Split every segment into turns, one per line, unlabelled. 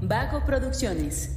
Vago Producciones.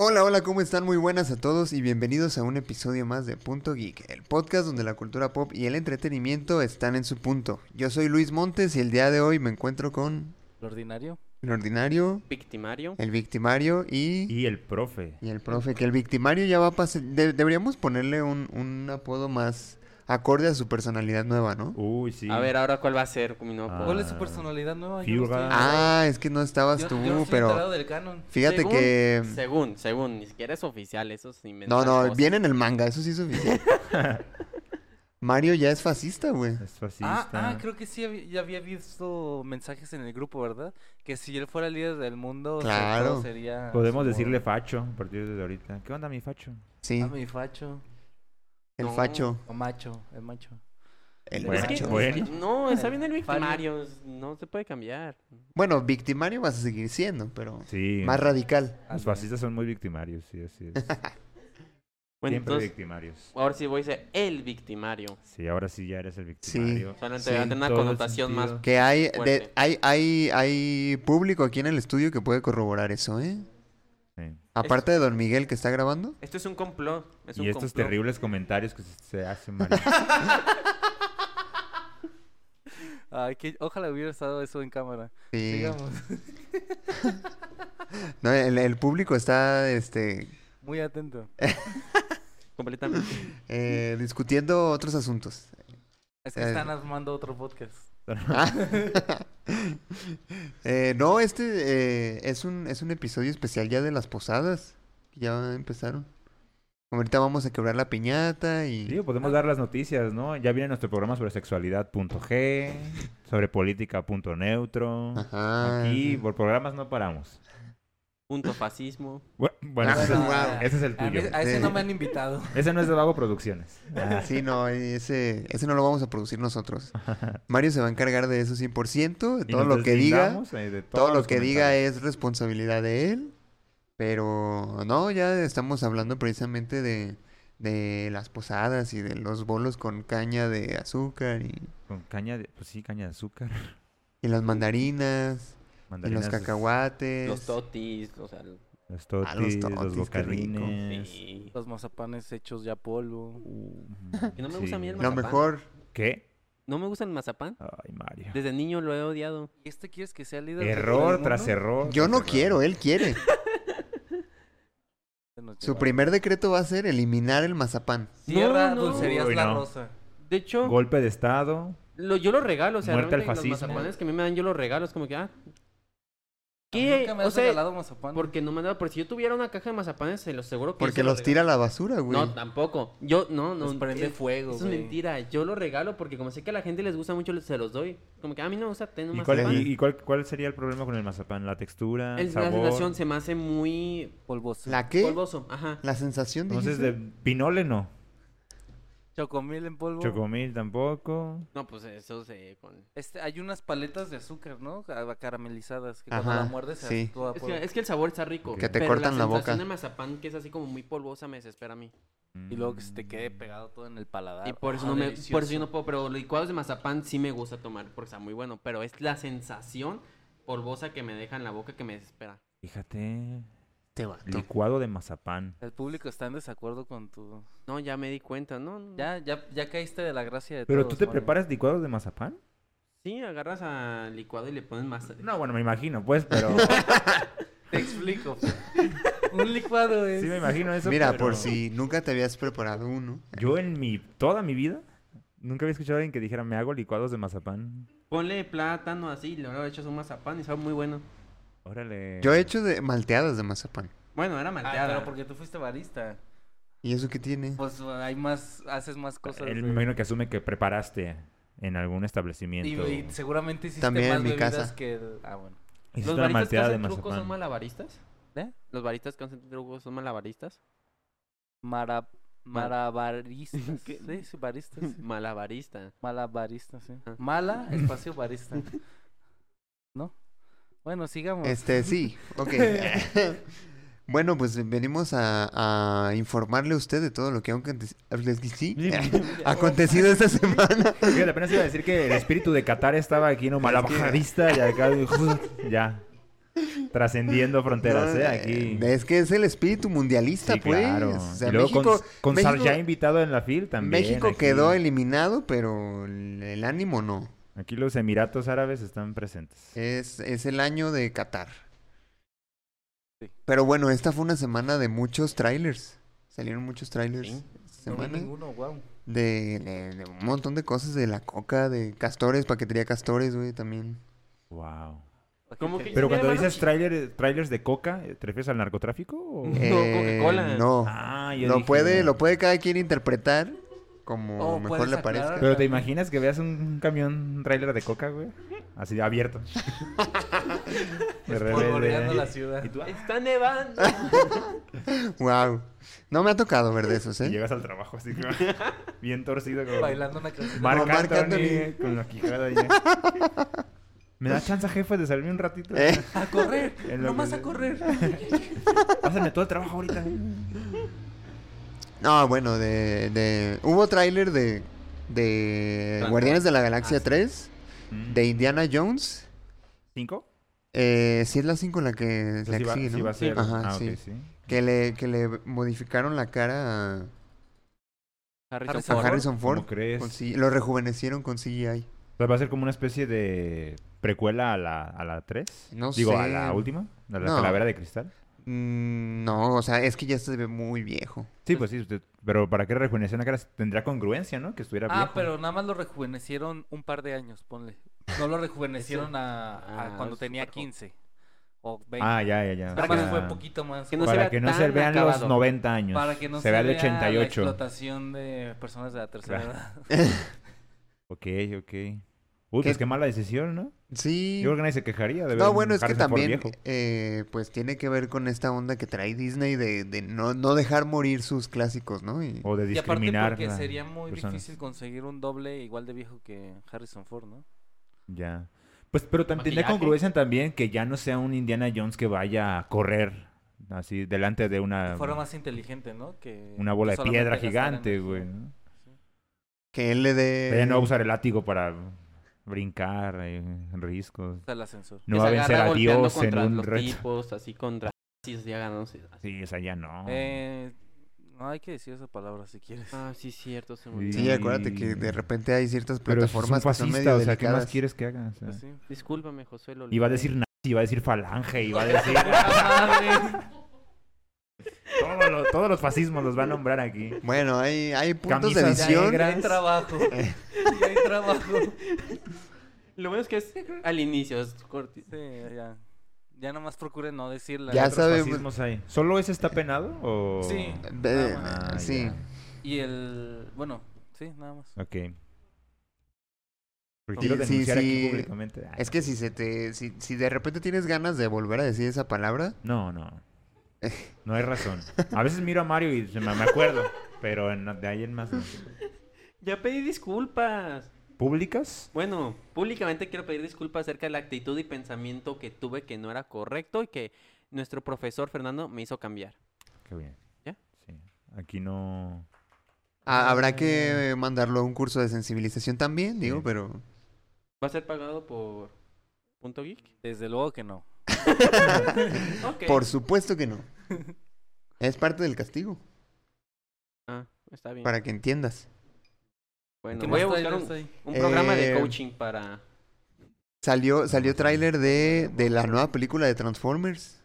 Hola, hola, ¿cómo están? Muy buenas a todos y bienvenidos a un episodio más de Punto Geek, el podcast donde la cultura pop y el entretenimiento están en su punto. Yo soy Luis Montes y el día de hoy me encuentro con
¿Lo ordinario?
el ordinario,
Victimario.
Eh,
el victimario y,
Y el profe.
y el profe, que el victimario ya va a pasar... de- deberíamos ponerle un, un apodo más acorde a su personalidad nueva, ¿no?
Uy, sí.
A ver, ahora cuál va a ser mi nuevo
Ah.
apodo?
¿Cuál es su personalidad nueva?
Fiuga.
Ah, es que no estabas
yo,
tú,
yo no estoy enterado
pero
del canon.
fíjate
Según-
Em.
que...
Según, según, ni siquiera es oficial, eso es
No,
inventar
no,
cosas.
viene en el manga, eso sí es oficial. Mario ya es fascista, güey.
Es fascista.
Ah, ah, creo que sí, había- ya había visto mensajes en el grupo, ¿verdad? Que si él fuera el líder del mundo, se- todo
Claro.
sería...
Podemos
su-
decirle facho a partir de ahorita. ¿Qué onda, mi facho?
Sí,
Ah, mi facho.
el
no.
facho.
O macho, el macho.
El
Bueno,
Es que-
macho.
bueno.
No, está bien el
Fario.
victimario, es- no se puede cambiar.
Bueno, victimario vas a seguir siendo, pero
Sí.
más radical.
Los fascistas son muy victimarios, sí, así es.
Bueno,
Siempre
entonces,
victimarios.
ahora sí voy a ser el victimario.
Sí, ahora sí ya eres el
Sí.
victimario.
Sí,
Solamente va a tener una
todo el
connotación más.
sentido.
Que hay, de,
Fuerte.
hay, hay, hay público aquí en el estudio que puede corroborar eso, ¿eh?
Sí.
Aparte de Don Miguel que está grabando.
Esto es un complot. Es un
Y estos
complot.
terribles comentarios que se- se hacen mal.
Ay, que- Ojalá hubiera estado eso en cámara.
Sí.
Digamos,
No, el, el público está este,
muy atento.
Completamente.
eh, discutiendo otros asuntos.
Es que
Eh.
están armando otro podcast.
Ah. Eh, no, este eh, es, un, es un episodio especial ya de las posadas. que Ya empezaron. Ahorita vamos a quebrar la piñata y...
Sí, podemos dar las noticias, ¿no? Ya viene nuestro programa sobre sexualidad.g, sobre política.neutro.
Ajá.
Aquí
ajá.
por programas no paramos.
Punto fascismo.
Bu- Bueno, ese es el-
Ah, Wow.
ese es el
A, mí-
tuyo.
a ese
Sí.
no me han invitado.
Ese no es de Vago Producciones.
Ah, Sí, no, ese, ese no lo vamos a producir nosotros. Mario se va a encargar de eso 100%. de
Y
todo
nos
lo que diga,
deslindamos, eh, de
todo
todos
lo
los
que diga
comentarios.
es responsabilidad de él. Pero no, ya estamos hablando precisamente de, de las posadas y de los bolos con caña de azúcar y,
Con caña de... Pues sí, caña de azúcar.
y las mandarinas, y
mandarinas, pues,
los cacahuates.
Los totis. O sea, el-
Los totis,
Ah, los
los,
totis, qué
bocadines. Uh,
sí.
Los mazapanes hechos ya polvo.
Que no me gusta a mí el
Lo
mazapán.
mejor,
¿Qué?
No me gusta el mazapán.
Ay, Mario.
Desde niño lo he odiado.
¿Y este quieres que sea el líder? de todo
Error
el
tras
mundo?
error.
yo
tras
no
error.
quiero, él quiere.
Se nos
Su
lleva.
primer decreto va a ser eliminar el mazapán.
Cierra
No, no.
dulcerías
Uy,
La
no.
Rosa.
De hecho,
Golpe de estado.
Lo, yo lo regalo, o sea,
Muerte al
realmente los
fascismo.
mazapanes que a mí me dan, yo los regalo, es como que, ah.
¿Qué?
¿Qué?
Nunca me
o
has
sea,
regalado mazapán.
porque no me han dado, pero si yo tuviera una caja de mazapanes, se los seguro que. yo se
Porque los tira a la basura, güey.
regalo. No, tampoco. Yo, no, no.
Los Pues prende
es-
fuego,
Eso
güey.
es mentira. Yo los regalo porque, como sé que a la gente les gusta mucho, se los doy. Como que "Ah, a mí no me gusta tener un
¿Y, cuál,
mazapán.
y- y cuál, cuál sería el problema con el mazapán? ¿La textura?
El-
¿El
la
sabor?
sensación se me hace muy
Polvoso.
¿La qué?
polvoso. Ajá.
La sensación de...
Entonces, de pinole no.
Chocomil en polvo.
Chocomil tampoco.
No, pues eso se. Con...
Este, hay unas paletas de azúcar, ¿no? Ca- Caramelizadas que cuando
Ajá,
la muerdes se
sí.
actúa
Es,
por...
que, es que el sabor está rico.
Que
te
pero
cortan la
la
boca.
sensación de mazapán, que es así como muy polvosa, me desespera a mí.
Y luego que se te quede pegado todo en el paladar.
Y por eso,
Ah,
no me,
delicioso.
por eso yo no puedo, pero los licuados de mazapán sí me gusta tomar porque está muy bueno, pero es la sensación polvosa que me deja en la boca que me desespera.
Mm, Fíjate.
Este vato.
Licuado de mazapán.
El público está en desacuerdo con tu...
No, ya me di cuenta, ¿no? no.
Ya, ya, ya caíste de la gracia de
¿Pero
todos,
tú te
Mario.
preparas licuados de mazapán?
Sí, agarras al licuado y le pones más.
No, bueno, me imagino, pues, pero...
Te explico. Un licuado es... Ah,
sí, me imagino eso,
Mira,
pero-
por si nunca te habías preparado uno.
Yo en mi... Toda mi vida nunca había escuchado a alguien que dijera, me hago licuados de mazapán.
Ponle plátano así, y luego le echas un mazapán y sabe muy bueno.
Órale.
Yo he hecho de malteadas de mazapán.
Bueno, era
Ah,
malteada.
pero porque tú fuiste barista.
¿Y eso qué tiene?
Pues hay más... Haces más cosas.
Él
de-
me imagino que asume que preparaste en algún
y,
establecimiento.
y seguramente hiciste
También en
más
mi
bebidas
casa.
que... Ah, bueno.
Hiciste
¿Los
una
baristas que
malteada de
hacen trucos
mazapán.
son malabaristas?
¿Eh?
¿Los baristas que hacen trucos son malabaristas?
Mara...
Mal-
Marabaristas.
¿Qué?
Sí, sí, baristas.
Malabarista.
Mala barista, sí.
Ah.
Mala espacio barista. ¿No? Bueno, sigamos.
Este, sí, ok. Bueno, pues venimos a, a informarle a usted de todo lo que ha aconte- sí, acontecido esta semana.
Fíjate, apenas iba a decir que el espíritu de Qatar estaba aquí nomás, la bajadista, y acá, ya, trascendiendo fronteras,
No,
¿eh? Aquí.
eh, Es que es el espíritu mundialista,
Sí,
pues.
claro.
O sea,
y luego con-
México,
con,
México-
Sarja invitado en la fil también.
México
aquí.
quedó eliminado, pero el, el ánimo no.
Aquí los Emiratos Árabes están presentes.
Es, es el año de Qatar.
Sí.
Pero bueno, esta fue una semana de muchos trailers. Salieron muchos trailers.
Sí.
esta
No vi
Semana
ninguno, wow.
de, de- de un montón de cosas, de la coca, de castores, paquetería castores, güey, también.
Wow.
¿Cómo que-
Pero
Mira,
cuando
mano,
dices
chi-
trailer, trailers de coca, ¿te refieres al narcotráfico? o-
No, Coca-Cola.
Eh, No.
Ah, yo
lo
dije-
puede, lo puede cada quien interpretar como
Oh,
mejor
puedes
le
aclarar.
parezca.
Pero te imaginas que veas un camión, un trailer de coca, güey. Así abierto. de
Polvoreando la
repente.
ciudad.
Y tú, ah,
Está nevando.
Wow. No me ha tocado ver de esos,
y
¿eh?
llegas al trabajo así, como, bien torcido. Como...
Bailando una canción.
Marc
Como Marc
Anthony,
Anthony.
con la quijada ya. ¿Me da chance, jefe, de salirme un ratito?
Eh,
A correr,
Es lo
nomás
que-
a correr.
Pásame todo el trabajo ahorita.
No, bueno, de, de- Hubo tráiler de, de
Transform-
Guardianes de la Galaxia
Ah, sí.
3, de Indiana Jones.
Mm. ¿Cinco?
Eh, sí es la 5 la que, la
Pues sí,
que
va,
sigue,
sí
¿no?
va a ser.
Ajá,
ah, ok,
sí.
sí.
Que le, que le modificaron la cara a,
Harrison
a
Ford.
Harrison Ford. pues
¿Cómo crees?
con C- lo rejuvenecieron con CGI.
O sea, va a ser como una especie de precuela a la, a la 3.
No
Digo, a
sé.
la última, a la
No.
calavera de cristal.
Mm, no, o sea, es que ya se ve muy viejo.
Sí, pues sí, usted- pero para qué rejuvenecer una cara tendrá congruencia, ¿no? Que estuviera
Ah,
viejo.
pero nada más lo rejuvenecieron un par de años, ponle. No lo rejuvenecieron a, a
Ah,
cuando
súper
tenía
joven.
15 o 20.
Ah, ya, ya, ya.
Nada
O
más
sea,
fue poquito más.
Que no se
para
vea
que no se
tan
vean los
acabado.
90 años.
para que no
se vea el
la
88.
explotación de personas de la tercera
Claro.
edad.
Ok, ok. Uy, pues qué mala decisión, ¿no?
Sí.
Yo creo que nadie se quejaría de ver
No,
un
bueno, es que
Harrison Ford
también,
viejo.
eh, pues tiene que ver con esta onda que trae Disney de, de no, no dejar morir sus clásicos, ¿no? Y-
O de
Y aparte
discriminar.
porque
a
sería muy
personas.
difícil conseguir un doble igual de viejo que Harrison Ford, ¿no?
Ya. Pues, pero también tendría
Maquillaje.
congruencia también que ya no sea un Indiana Jones que vaya a correr así delante de una,
Fuera más inteligente, ¿no? Que
Ah, una bola de
solamente
piedra
gastar
gigante,
energía.
güey. ¿no?
Eh. que él le dé...
Ella no va a usar el látigo para brincar eh, riscos.
Está el ascensor.
No
Que
va a
se
vencer
agarra
a
golpeando
Dios en
contra
un
los
reto.
tipos, así contra. Sí, ya ganándose. así.
Sí, o sea, ya no.
Eh, no hay que decir esa palabra si quieres.
Ah, sí, cierto. Se me
Sí.
olvidó.
Sí, acuérdate que de repente hay ciertas
pero es un
plataformas que son
fascista,
medio
o sea, ¿qué más
delicadas.
quieres que haga? O sea,
Pues sí.
Discúlpame, José. Lo
Y va a
olvidé.
decir nazi, va a decir falange, y va a decir... Todo lo- todos los fascismos los va a nombrar aquí.
Bueno, hay, hay puntos de
Camisas
edición.
Ya hay trabajo.
Eh.
Ya hay trabajo.
Lo bueno es que es al inicio, es corti-
Sí, ya. Ya nomás procure no decirla.
Ya
¿Qué otros
sabemos.
fascismos hay? ¿Solo ese está penado o...?
Sí.
De-
Ah,
bueno.
sí.
Ah,
Y el. Bueno, sí, nada más.
Ok. Porque
Sí,
quiero
sí, sí.
denunciar aquí públicamente. Ah,
Es que si se te, si, si de repente tienes ganas de volver a decir esa palabra,
No, no.
Eh.
No hay razón. A veces miro a Mario y se me, me acuerdo, pero en- de ahí en más no.
Ya pedí disculpas.
¿Públicas?
Bueno, públicamente quiero pedir disculpas acerca de la actitud y pensamiento que tuve que no era correcto y que nuestro profesor Fernando me hizo cambiar.
Qué bien.
¿Ya?
Sí. Aquí no...
Pues a- habrá que eh, mandarlo a un curso de sensibilización también, digo,
Ah, Sí.
pero...
¿Va a ser pagado por Punto Geek?
Desde luego que no.
Ok.
Por supuesto que no. Es parte del castigo,
Ah, está bien.
para que entiendas.
Bueno,
¿Qué
voy a
más
buscar
trailers
un,
hay?
un programa
Eh,
de coaching para...
Salió, salió tráiler de, de la nueva película de Transformers.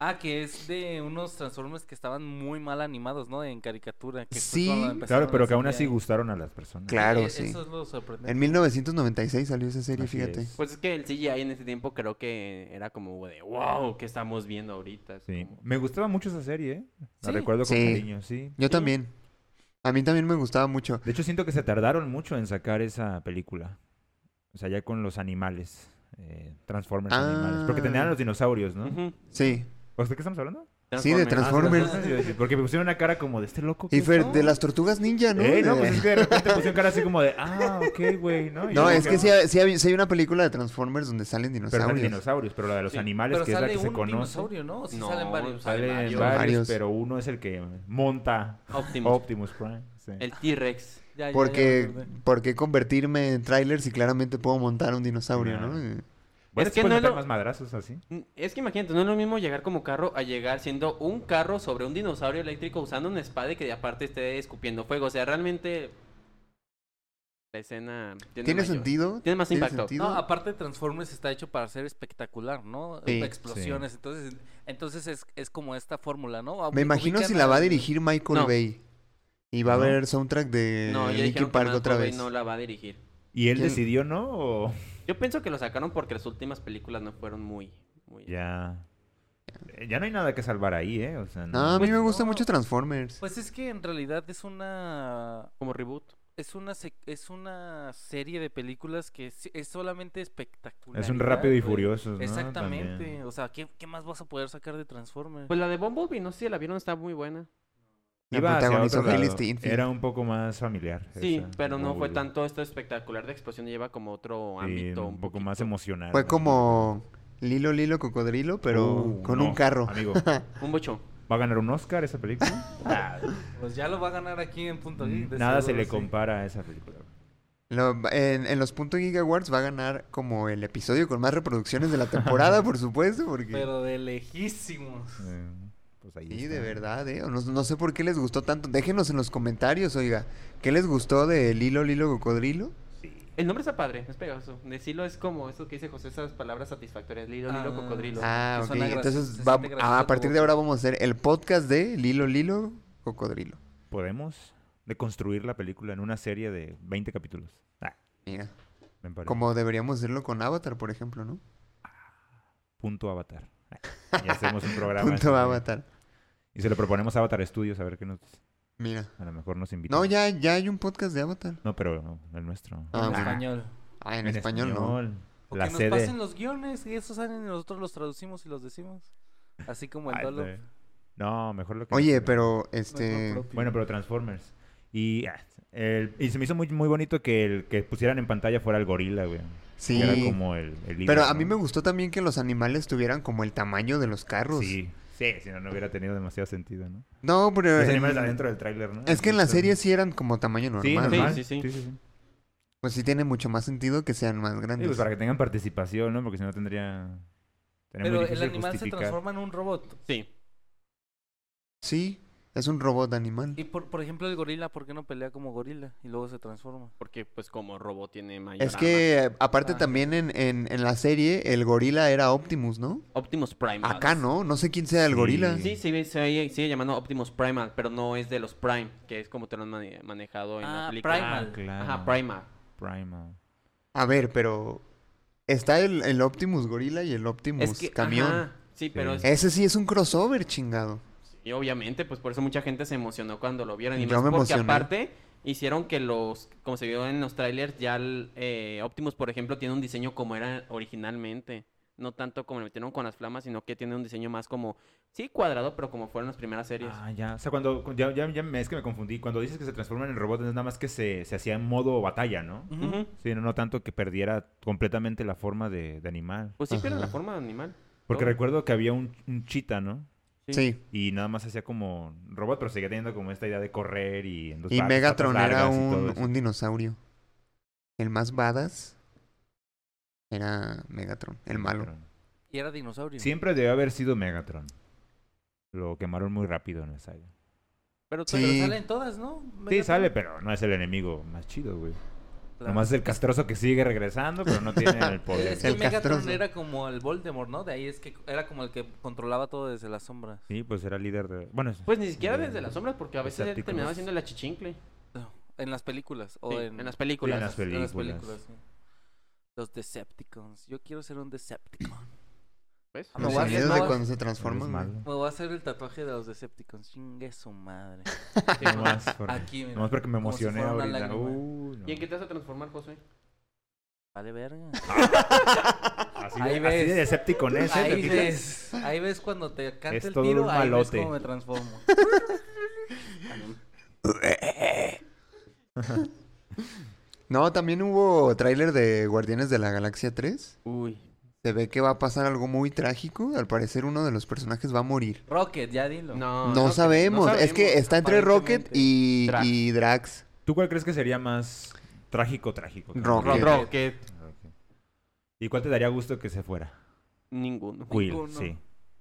Ah, que es de unos Transformers que estaban muy mal animados, ¿no? En caricatura. Que fue
Sí.
cuando
Claro,
empezaron
pero
a
que aún
hacer
así
ya-
gustaron a las personas.
Claro,
Eh,
sí.
Eso es lo sorprendente.
En 1996 salió esa serie,
Así
fíjate.
es.
Pues es que el CGI en ese tiempo creo que era como de wow, ¿qué estamos viendo ahorita? Es
Sí.
como-
Me gustaba mucho esa serie, ¿eh? La
Sí.
recuerdo con
Sí.
cariño, sí.
Yo
Sí.
también. A mí también me gustaba mucho.
De hecho, siento que se tardaron mucho en sacar esa película. O sea, ya con los animales. eh, Transformers
Ah.
animales. Porque tenían a los dinosaurios, ¿no?
Ujú.
Sí.
¿O sea, ¿De qué estamos hablando?
Sí, de Transformers.
Ah, yo decía, Porque me pusieron una cara como de este loco.
Y
¿qué
Fer,
pasó?"
de las tortugas ninja, ¿no?
Eh, no,
De-
pues es que de repente pusieron cara así como de, ah, ok, güey, ¿no? Y
No,
yo
es
como
que sí, hay- sí hay, sí hay una película de Transformers donde salen
Pero salen
dinosaurios.
dinosaurios, pero la de los
Sí,
animales,
Pero
que es la
sale
que se
un
conoce.
dinosaurio, ¿no? ¿O sí
No,
salen varios?
sale-
Salen
Varios.
varios,
Varios.
pero uno es el que monta
Optimus.
Optimus Prime. sí.
El T-Rex.
Ya, ya, ya me
Porque,
acordé.
¿Por qué convertirme en tráiler si claramente puedo montar un dinosaurio,
Claro.
no? Eh,
Bueno,
Es
sí
que
puedes
no
meter
lo-
más madrazos así.
Mm, Es que imagínate, no es lo mismo llegar como carro a llegar siendo un carro sobre un dinosaurio eléctrico usando una espada y que aparte esté escupiendo fuego. O sea, realmente la escena tiene,
¿Tiene
mayor-
sentido?
Tiene más impacto.
sentido?
No, aparte Transformers está hecho para ser espectacular, ¿no?
Sí.
Explosiones, entonces entonces es, es como esta fórmula, ¿no?
Me imagino
Ubican
si la va a
al-
dirigir Michael
No.
Bay. Y va a
No.
haber soundtrack de
No, ya
Linkin
dijeron
Park
que
otra
otra
vez.
no la va a dirigir.
¿Y él
¿Quién?
decidió no o...?
Yo pienso que lo sacaron porque las últimas películas no fueron muy... muy...
Ya... Eh, Ya no hay nada que salvar ahí, ¿eh? O sea,
No, a mí
no...
Pues
me gusta
no.
mucho Transformers.
Pues es que en realidad es una
Como reboot.
es una sec- es una serie de películas que es, es solamente espectacular.
es un rápido y
furioso.
furioso, ¿no?
Exactamente.
También.
O sea, ¿qué, qué más vas a poder sacar de Transformers?
Pues la de Bumblebee, no sé si la vieron, está muy buena.
La
Iba hacia
protagonizó
otro
Hailee
lado.
Steinfeld.
Era un poco más familiar.
Sí,
esa,
pero no fue
Bumblebee.
tanto esto espectacular de explosión, lleva como otro
Sí,
ámbito.
un poco más
poquito.
em- emocional.
Fue
¿no?
como Lilo Lilo Cocodrilo, pero
Uh,
con
no,
un carro.
Amigo,
Un bocho.
¿va a ganar un Oscar esa película?
Ah,
Pues ya lo va a ganar aquí en Punto Geek. de
Mm, Nada se
seguro,
le
sí.
compara a esa película.
Lo- en, en los puntos Geek Awards va a ganar como el episodio con más reproducciones de la temporada, por supuesto, porque...
Pero de lejísimos.
Eh, pues ahí
Sí,
está.
de verdad, ¿eh? No, no sé por qué les gustó tanto. Déjenos en los comentarios, oiga. ¿Qué les gustó de Lilo Lilo Cocodrilo?
El nombre está padre, es pegajoso. Decirlo es como eso que dice José, esas palabras satisfactorias. Lilo,
Ah.
lilo, cocodrilo.
Ah,
que
ok.
suena gracioso, se
Entonces, va-
siente gracioso
ah, a partir
como
de
que-
ahora vamos a hacer el podcast de Lilo Lilo Cocodrilo.
Podemos deconstruir la película en una serie de 20 capítulos. Ah,
Mira,
me parece.
como deberíamos hacerlo con Avatar, por ejemplo, ¿no?
Punto Avatar. Ah, Y hacemos un programa. así
Punto
de-
Avatar.
Y se lo proponemos a Avatar Studios, a ver qué nos...
Mira.
A lo mejor nos invitan.
No, ya, ya hay un podcast de Avatar.
No, pero no, el nuestro.
Ah,
en
bueno.
español.
Ah, en, español, no.
O
no. La
que nos
sede.
pasen los guiones y esos salen y nosotros los traducimos y los decimos. Así como el
Ay,
dolo.
güey. No, mejor lo que...
Oye, pero
nuestro
este.
propio.
Bueno, pero Transformers. Y, ah, el- y se me hizo muy, muy bonito que el que pusieran en pantalla fuera el gorila, güey.
Sí.
Que era como el, el líder,
Pero a
¿no?
mí me gustó también que los animales tuvieran como el tamaño de los carros.
Sí, sí, si no, no hubiera tenido demasiado sentido, ¿no?
No, pero.
Los
en-
animales adentro del tráiler, ¿no?
Eh, Ah, Es que en la
Entonces,
serie sí eran como tamaño normal.
Sí,
¿no?
normal.
Sí, sí, sí.
Pues sí tiene mucho más sentido que sean más
Sí,
grandes.
pues para que tengan participación, ¿no? Porque si no tendría... sería muy
Pero el
difícil
animal se
justificar.
transforma en un robot.
Sí.
Sí, es un robot animal.
Y por, por ejemplo, el gorila, ¿por qué no pelea como gorila y luego se transforma?
Porque pues como robot tiene mayor
Es que eh, aparte
Ah.
también en, en- en la serie el gorila era Optimus, ¿no?
arma. Optimus Prime.
Acá no, no sé quién sea el
Sí.
gorila.
Sí, sigue, sigue, sigue llamando Optimus Primal, pero no es de los Prime, que es como te lo han mane- manejado en la
Ah,
película.
Primal.
Ah, claro.
Ajá, Primal.
Primal.
A ver, pero está el, el Optimus gorila y el Optimus
Es que,
camión.
ajá, sí, pero es,
Ese sí es un crossover, chingado.
y obviamente, pues por eso mucha gente se emocionó cuando lo vieron. Y
Yo
más
me
porque
emocioné.
aparte hicieron que los, como se vio en los trailers, ya el, eh, Optimus, por ejemplo, tiene un diseño como era originalmente. No tanto como lo metieron con las flamas, sino que tiene un diseño más como, sí, cuadrado, pero como fueron las primeras series.
Ah, ya. O sea, cuando... cu- Ya, ya, ya me- es que me confundí. Cuando dices que se transforman en robot, es nada más que se, se hacía en modo batalla, ¿no?
Ujú.
Sí, no, no tanto que perdiera completamente la forma de, de animal.
Pues sí, pero la
Ajá.
forma de animal.
Porque
Oh.
Todo.
recuerdo que había un, un chita, ¿no?
Sí.
Sí.
Y nada más hacía como robot, pero seguía teniendo como esta idea de correr y... en dos
Y
patas,
Megatron
patas
era
Pues largas y todo
un,
eso.
un dinosaurio. El más badass era Megatron, el malo.
Megatron.
Y era dinosaurio.
Siempre debió haber sido Megatron. Lo quemaron muy rápido en la saga.
Pero
Pero
Sí.
salen todas, ¿no?
Sí,
Megatron.
sale, pero no es el enemigo más chido, güey.
Claro.
Nomás es el castroso que sigue regresando, pero no tiene el poder.
Es que
El
Megatron
castroso.
era como el Voldemort, ¿no? De ahí es que era como el que controlaba todo desde las sombras.
Sí, pues era líder de... Bueno, es-
Pues ni siquiera desde las sombras, porque a
Los
veces él
artículos.
terminaba siendo el achichincle.
En las películas. O
Sí,
en,
en las películas.
en las
en las
películas.
películas, sí. Los Decepticons. Yo quiero ser un Decepticon.
¿Ves?
Ah,
Los
voy a hacer-
sonidos
me
de
voy a-
cuando se
eres
transforman. güey.
malo.
Me voy a hacer el tatuaje de los Decepticons. Chingue su madre.
Sí, nomás por-
Aquí, mira.
nomás porque me
como si
emocioné
fuera una
ahorita.
lágrima.
Uy, no.
¿Y en qué te vas a transformar, José?
Vale, verga.
Así,
Ahí
de, así de
ves.
Decepticon es, ¿eh?
Ahí
¿Te fijas?
ves. Ahí ves cuando te canta
Es
el
todo
tiro,
un
ahí ves
malote.
cómo me transformo.
No, también hubo tráiler de Guardianes de la Galaxia 3.
Uy.
Se ve que va a pasar algo muy trágico. Al parecer uno de los personajes va a morir.
Rocket, ya dilo.
No,
No,
no sé,
sabemos.
no
Es que
sabemos.
está entre Rocket
aparentemente.
y
Drax.
y Drax.
¿Tú cuál crees que sería más trágico, trágico?
Ro-
Ro-
Rocket.
Rocket.
Ok. ¿Y cuál te daría gusto que se fuera?
Ninguno.
Quill,
Ninguno.
sí.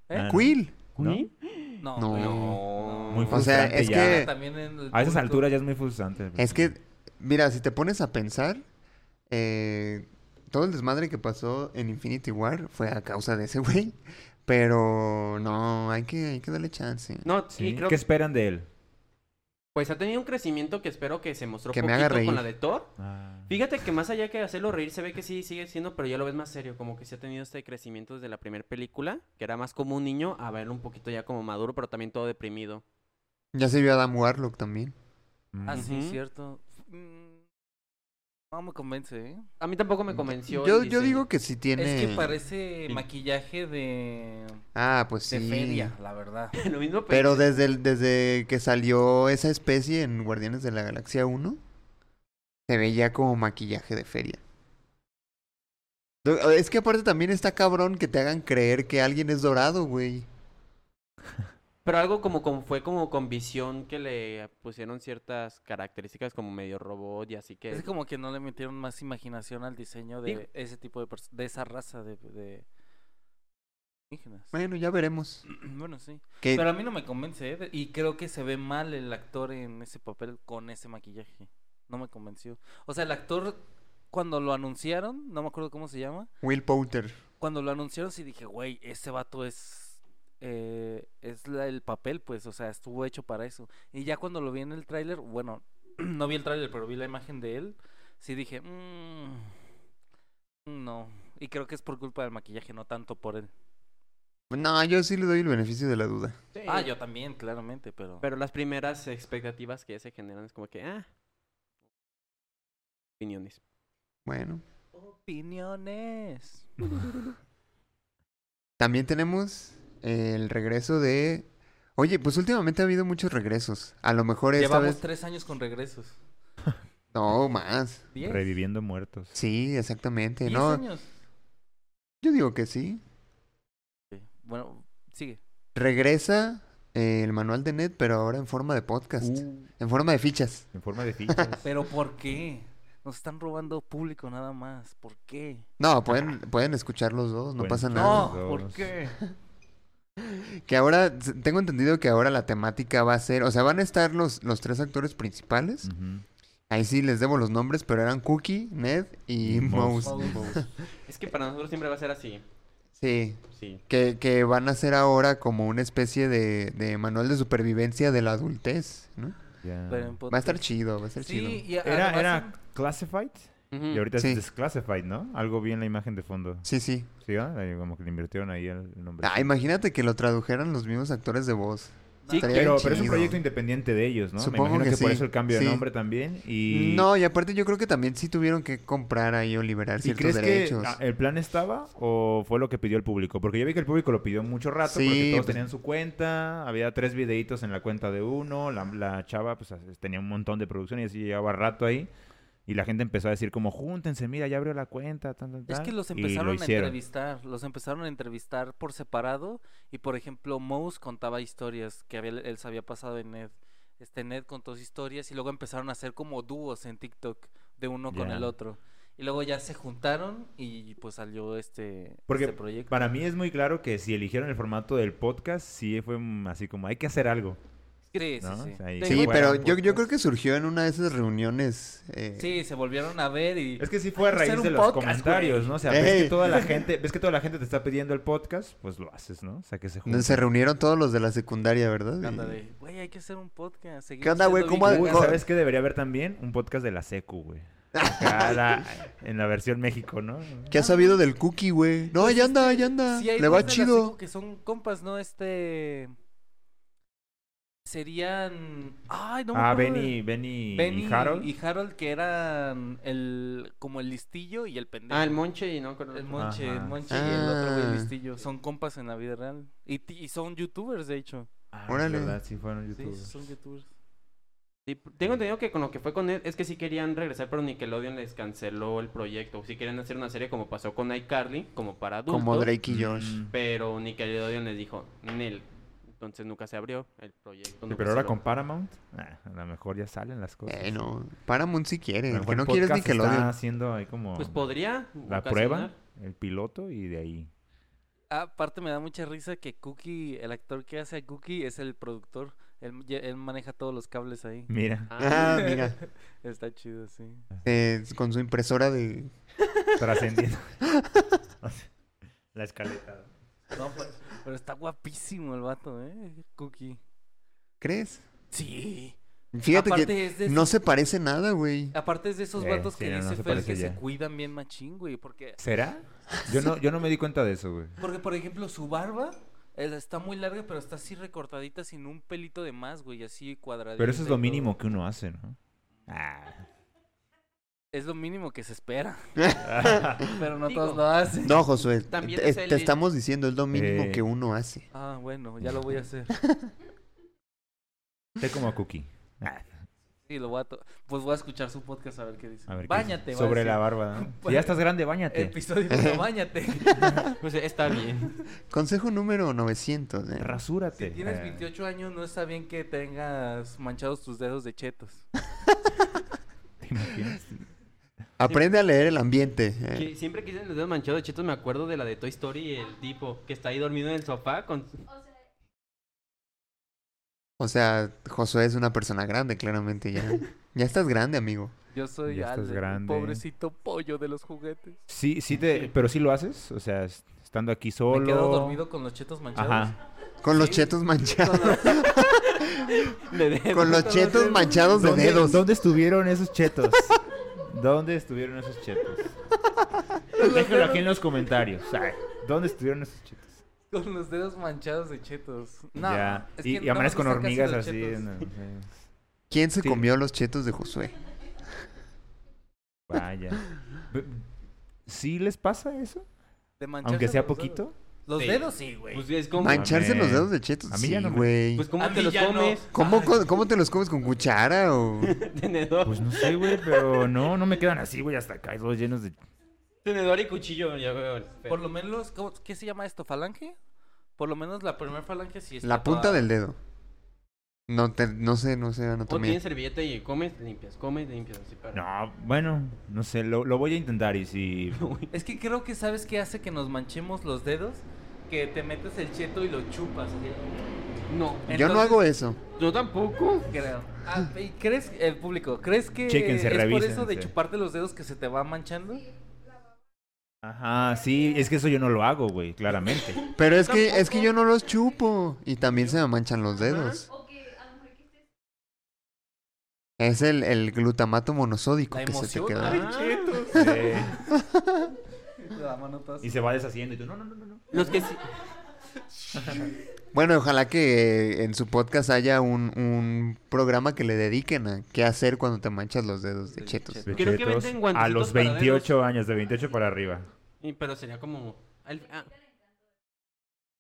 ¿Eh?
Ah, no.
Quill.
¿No?
¿Quill?
No.
No.
Muy
O sea,
frustrante
es
ya.
que-
También en el
A esas
punto-
alturas ya es muy frustrante.
Es que, mira, si te pones a pensar, eh, todo el desmadre que pasó en Infinity War fue a causa de ese güey. Pero no, hay que, hay que darle chance.
No,
Sí,
y creo
¿Qué
que
esperan de él?
pues ha tenido un crecimiento que espero que se mostró
Que me
poquito
haga reír.
con la de Thor.
Ah.
Fíjate que más allá que hacerlo reír, se ve que sí sigue siendo, pero ya lo ves más serio, como que sí ha tenido este crecimiento desde la primera película, que era más como un niño, a verlo un poquito ya como maduro, pero también todo deprimido.
Ya se vio a Adam Warlock también.
Mm.
Ah, sí,
Ujú.
cierto. Mm, No me convence, ¿eh?
A mí tampoco me convenció. el
Yo, yo
diseño.
digo que sí tiene.
Es que parece
Sí.
maquillaje de,
Ah, pues
de
sí.
feria, Pues, la verdad.
lo mismo
Pero
pensé.
desde, el- desde que salió esa especie en Guardianes de la Galaxia 1, se veía como maquillaje de feria. Do- Es que aparte también está cabrón que te hagan creer que alguien es dorado, güey.
Pero algo como con, fue como con visión que le pusieron ciertas características como medio robot y así que...
Es como que no le metieron más imaginación al diseño de
Digo-
ese tipo de pers- de esa raza de, de indígenas.
Bueno, ya veremos.
Bueno, sí.
Que
Pero a mí no me convence, ¿eh? De- Y creo que se ve mal el actor en ese papel con ese maquillaje. No me convenció. O sea, el actor, cuando lo anunciaron, no me acuerdo cómo se llama,
Will Poulter.
cuando lo anunciaron sí dije, güey, ese vato es... eh, es la- el papel, pues, o sea, estuvo hecho para eso. Y ya cuando lo vi en el tráiler, bueno, no vi el tráiler, pero vi la imagen de él, sí dije, "Mm, no. Y creo que es por culpa del maquillaje, no tanto por él.
No, yo sí le doy el beneficio de la duda.
Sí.
Ah, yo también, claramente, pero...
Pero las primeras expectativas que se generan es como que, ah... Opiniones.
Bueno.
Opiniones.
También tenemos el regreso de... Oye, pues últimamente ha habido muchos regresos. A lo mejor esta
Llevamos
vez...
tres años con regresos.
No, más.
¿Diez?
Reviviendo muertos.
Sí, exactamente.
¿Diez
No,
años?
yo digo que sí.
Ok, Bueno, sigue.
Regresa eh, el manual de Ned, pero ahora en forma de podcast.
Uh,
En forma de fichas.
en forma de fichas.
¿Pero por qué? Nos están robando público nada más. ¿Por qué?
No, pueden, pueden escuchar los dos, no
Bueno,
pasa nada.
No,
No, dos.
¿por qué?
Que ahora, s- tengo entendido que ahora la temática va a ser, o sea, van a estar los, los tres actores principales.
Ujú.
Ahí sí les debo los nombres, pero eran Cookie, Ned y
Y
Mouse.
Mouse.
Es que para nosotros siempre va a ser así.
Sí,
Sí.
que, que van a ser ahora como una especie de, de manual de supervivencia de la adultez, ¿no?
Ya.
Pero en
Va a estar
podcast.
chido, va a estar chido.
Sí, y
Era,
además
era classified y ahorita
Sí.
es desclassified, ¿no? Algo bien la imagen de fondo.
Sí, sí.
Sí, ¿verdad? Ahí Como que le invirtieron ahí el nombre.
Ah, imagínate que lo tradujeran los mismos actores de voz.
Sí,
Estaría
Pero,
bien
pero es un
chido.
proyecto independiente de ellos, ¿no?
Supongo
Me imagino
que
que, por
sí.
eso el cambio
Sí.
de nombre también. Y...
No, y aparte yo creo que también sí tuvieron que comprar ahí o liberar
¿Y
ciertos
crees
derechos.
que ah, el plan estaba o fue lo que pidió el público? Porque yo vi que el público lo pidió mucho rato
Sí,
porque todos
pues-
tenían su cuenta, había tres videitos en la cuenta de uno, la, la chava pues as- tenía un montón de producción y así llevaba rato ahí. Y la gente empezó a decir como, júntense, mira, ya abrió la cuenta, tal, tal,
Es
tal",
que los
y lo
empezaron a
hicieron.
entrevistar, este los empezaron a entrevistar por separado y por ejemplo Mouse contaba historias que había- él se había pasado en Ned. Este Ned contó historias y luego empezaron a hacer como dúos en TikTok de uno con
Ya.
el otro. Y luego ya se juntaron y pues salió este,
Porque
este proyecto.
Para mí es muy claro que si eligieron el formato del podcast, sí fue mm, así como, hay que hacer algo.
Sí, sí,
¿no?
sí.
O sea, y-
De-
que
Sí,
fuera
pero
un
yo, yo creo
podcast.
que surgió en una de esas reuniones. eh,
sí, se volvieron a ver y...
Es que sí fue a
Hay que hacer
raíz de
un
los
podcast,
comentarios,
güey.
¿no? O sea, ves
Ey.
que toda la gente, ves que toda la gente te está pidiendo el podcast, pues lo haces, ¿no? O sea, que se
donde
junten.
se reunieron todos los de la secundaria, ¿verdad? Y-
Ándale, güey, hay que hacer un podcast.
¿Qué onda, güey? ¿Cómo
Uy,
co-
¿Sabes qué debería haber también? Un podcast de la secu, güey. Acá la- en la versión México, ¿no?
¿Qué
Ah,
has sabido del cookie, güey? No,
Pues
ya anda, ya anda. Le va chido.
Que son compas, ¿no? Este... serían. Ay, no me
ah,
acuerdo de-
Benny, Benny,
Benny
y Harold.
y Harold, que eran el, como el listillo y el pendejo.
Ah, el Monche y no creo-
El Monche, el
Ajá.
Monche y el otro güey, el
Ah.
listillo. Son compas en la vida real. Y, ti- y son youtubers, de hecho.
Ah,
Órale. Mm,
es verdad, sí fueron
Sí,
youtubers.
son youtubers.
Sí, tengo entendido que con lo que fue con él es que sí querían regresar, pero Nickelodeon les canceló el proyecto. Sí querían hacer una serie como pasó con iCarly, como para adultos.
Como Drake y Josh.
Mm.
Pero Nickelodeon les dijo, Nel. Entonces nunca se abrió el proyecto.
Sí,
nunca
pero
se
ahora
logró.
con Paramount, ah, a lo mejor ya salen las cosas.
Eh, no. Paramount si
A
quiere. El
lo mejor
que
el
no quiere es
podcast está
Nickelodeon.
haciendo ahí como
Pues podría.
la
ocasionar.
prueba, el piloto y de ahí.
Ah, Aparte me da mucha risa que Cookie, el actor que hace a Cookie es el productor. Él, ya- él maneja todos los cables ahí.
Mira,
Ah,
Ah, mira.
Está chido, sí.
eh, con su impresora de.
trascendiendo. la escaleta.
No, pues, pero está guapísimo el vato, ¿eh? Cookie.
¿Crees?
Sí.
Fíjate
Aparte
que
es de
no
esos-
se parece nada, güey.
Aparte es de esos
Eh,
vatos
sí,
que
no, no
dice
se
Fer
parece
que se
ya.
cuidan bien machín, güey. Porque,
¿Será? Yo no, yo no me di cuenta de eso, güey.
porque por ejemplo, su barba él está muy larga, pero está así recortadita sin un pelito de más, güey. Así cuadradita.
Pero eso
y
es
todo.
lo mínimo que uno hace, ¿no? Ah.
Es lo mínimo que se espera. pero no todos
Digo.
lo hacen.
No, Josué.
También
te,
es el-
te estamos diciendo, es lo mínimo
Eh.
que uno hace.
Ah, bueno, ya lo voy a hacer.
Sé como a Cookie. Ah,
Sí, lo voy a to- Pues voy a escuchar su podcast a ver qué dice.
a ver, ¿qué
báñate,
dice?
va a
Sobre
decir.
la barba, ¿no? Si ya estás grande, báñate.
Episodio uno, báñate.
pues está bien.
Consejo número 900. eh.
Rasúrate.
Si tienes
Ah.
28 años, no está bien que tengas manchados tus dedos de chetos.
¿Te imaginas?
Aprende a leer el ambiente. eh.
Que siempre que dicen los dedos manchados de chetos, me acuerdo de la de Toy Story, el tipo que está ahí dormido en el sofá con...
O sea, Josué es una persona grande, claramente ya. Ya estás grande, amigo.
Yo soy
Ya estás
Alex, el
grande.
pobrecito pollo de los juguetes.
Sí, sí te... Pero sí lo haces, o sea, es- estando aquí solo...
Me quedo dormido con los chetos manchados.
Ajá.
Con los
Sí.
chetos manchados.
de dedos.
Con los chetos manchados de
¿Dónde,
dedos.
¿Dónde estuvieron esos chetos? ¿Dónde estuvieron esos chetos? Déjenlo aquí en los comentarios. Ay, ¿Dónde estuvieron esos chetos?
Con los dedos manchados de chetos. No,
Ya.
es
y
que
y
no
amanezco
me
con
gustan casi
hormigas
los
así.
chetos.
en- en-
¿Quién se
Sí.
comió los chetos de Josué?
Vaya. Pe- ¿Sí les pasa eso?
De mancharse
Aunque sea
los dedos.
poquito.
Los
Sí.
dedos sí, güey.
Pues es como...
Mancharse los
Mames.
dedos de chetos.
A mí
sí,
ya no me-
güey.
Pues
A
cómo
mí
te los
ya no.
comes,
¿Cómo, co- cómo te los comes con cuchara o
tenedor.
Pues no sé, güey, pero no, no me quedan así, güey, hasta acá, todos llenos de...
Tenedor y cuchillo, ya veo.
Por lo menos, ¿cómo- ¿qué se llama esto? ¿Falange? Por lo menos la primera falange sí está
la punta
toda-
del dedo? No te, no sé, no sé
O
anatomía.
tienes servilleta y comes, limpias, comes, limpias. Así para...
No, bueno, no sé, lo, lo voy a intentar y si...
Es que creo que sabes qué hace que nos manchemos los dedos, que te metes el cheto y lo chupas. ¿sí?
No,
Yo no
Entonces-
hago eso.
yo tampoco.
Creo. Ah, ¿Y crees, el público, crees que
Chéquense,
es por eso de
revísense.
chuparte los dedos que se te va manchando?
Ajá, sí, es que eso yo no lo hago, güey, claramente.
Pero es que es que yo no los chupo y también se me manchan los dedos. Es el, el glutamato monosódico
La
que se te
emoción.
queda.
Ay,
Ah.
chetos.
Sí.
La mano toda así.
Y se va deshaciendo y tú, no, no, no, no, no.
Los que sí...
Bueno, ojalá que eh, en su podcast haya un, un programa que le dediquen a qué hacer cuando te manchas los dedos de
De
chetos.
chetos.
De
Creo que
chetos
venden
A
guantecitos
los
para
28 años, de 28 para arriba.
Y- pero sería como... al- ah.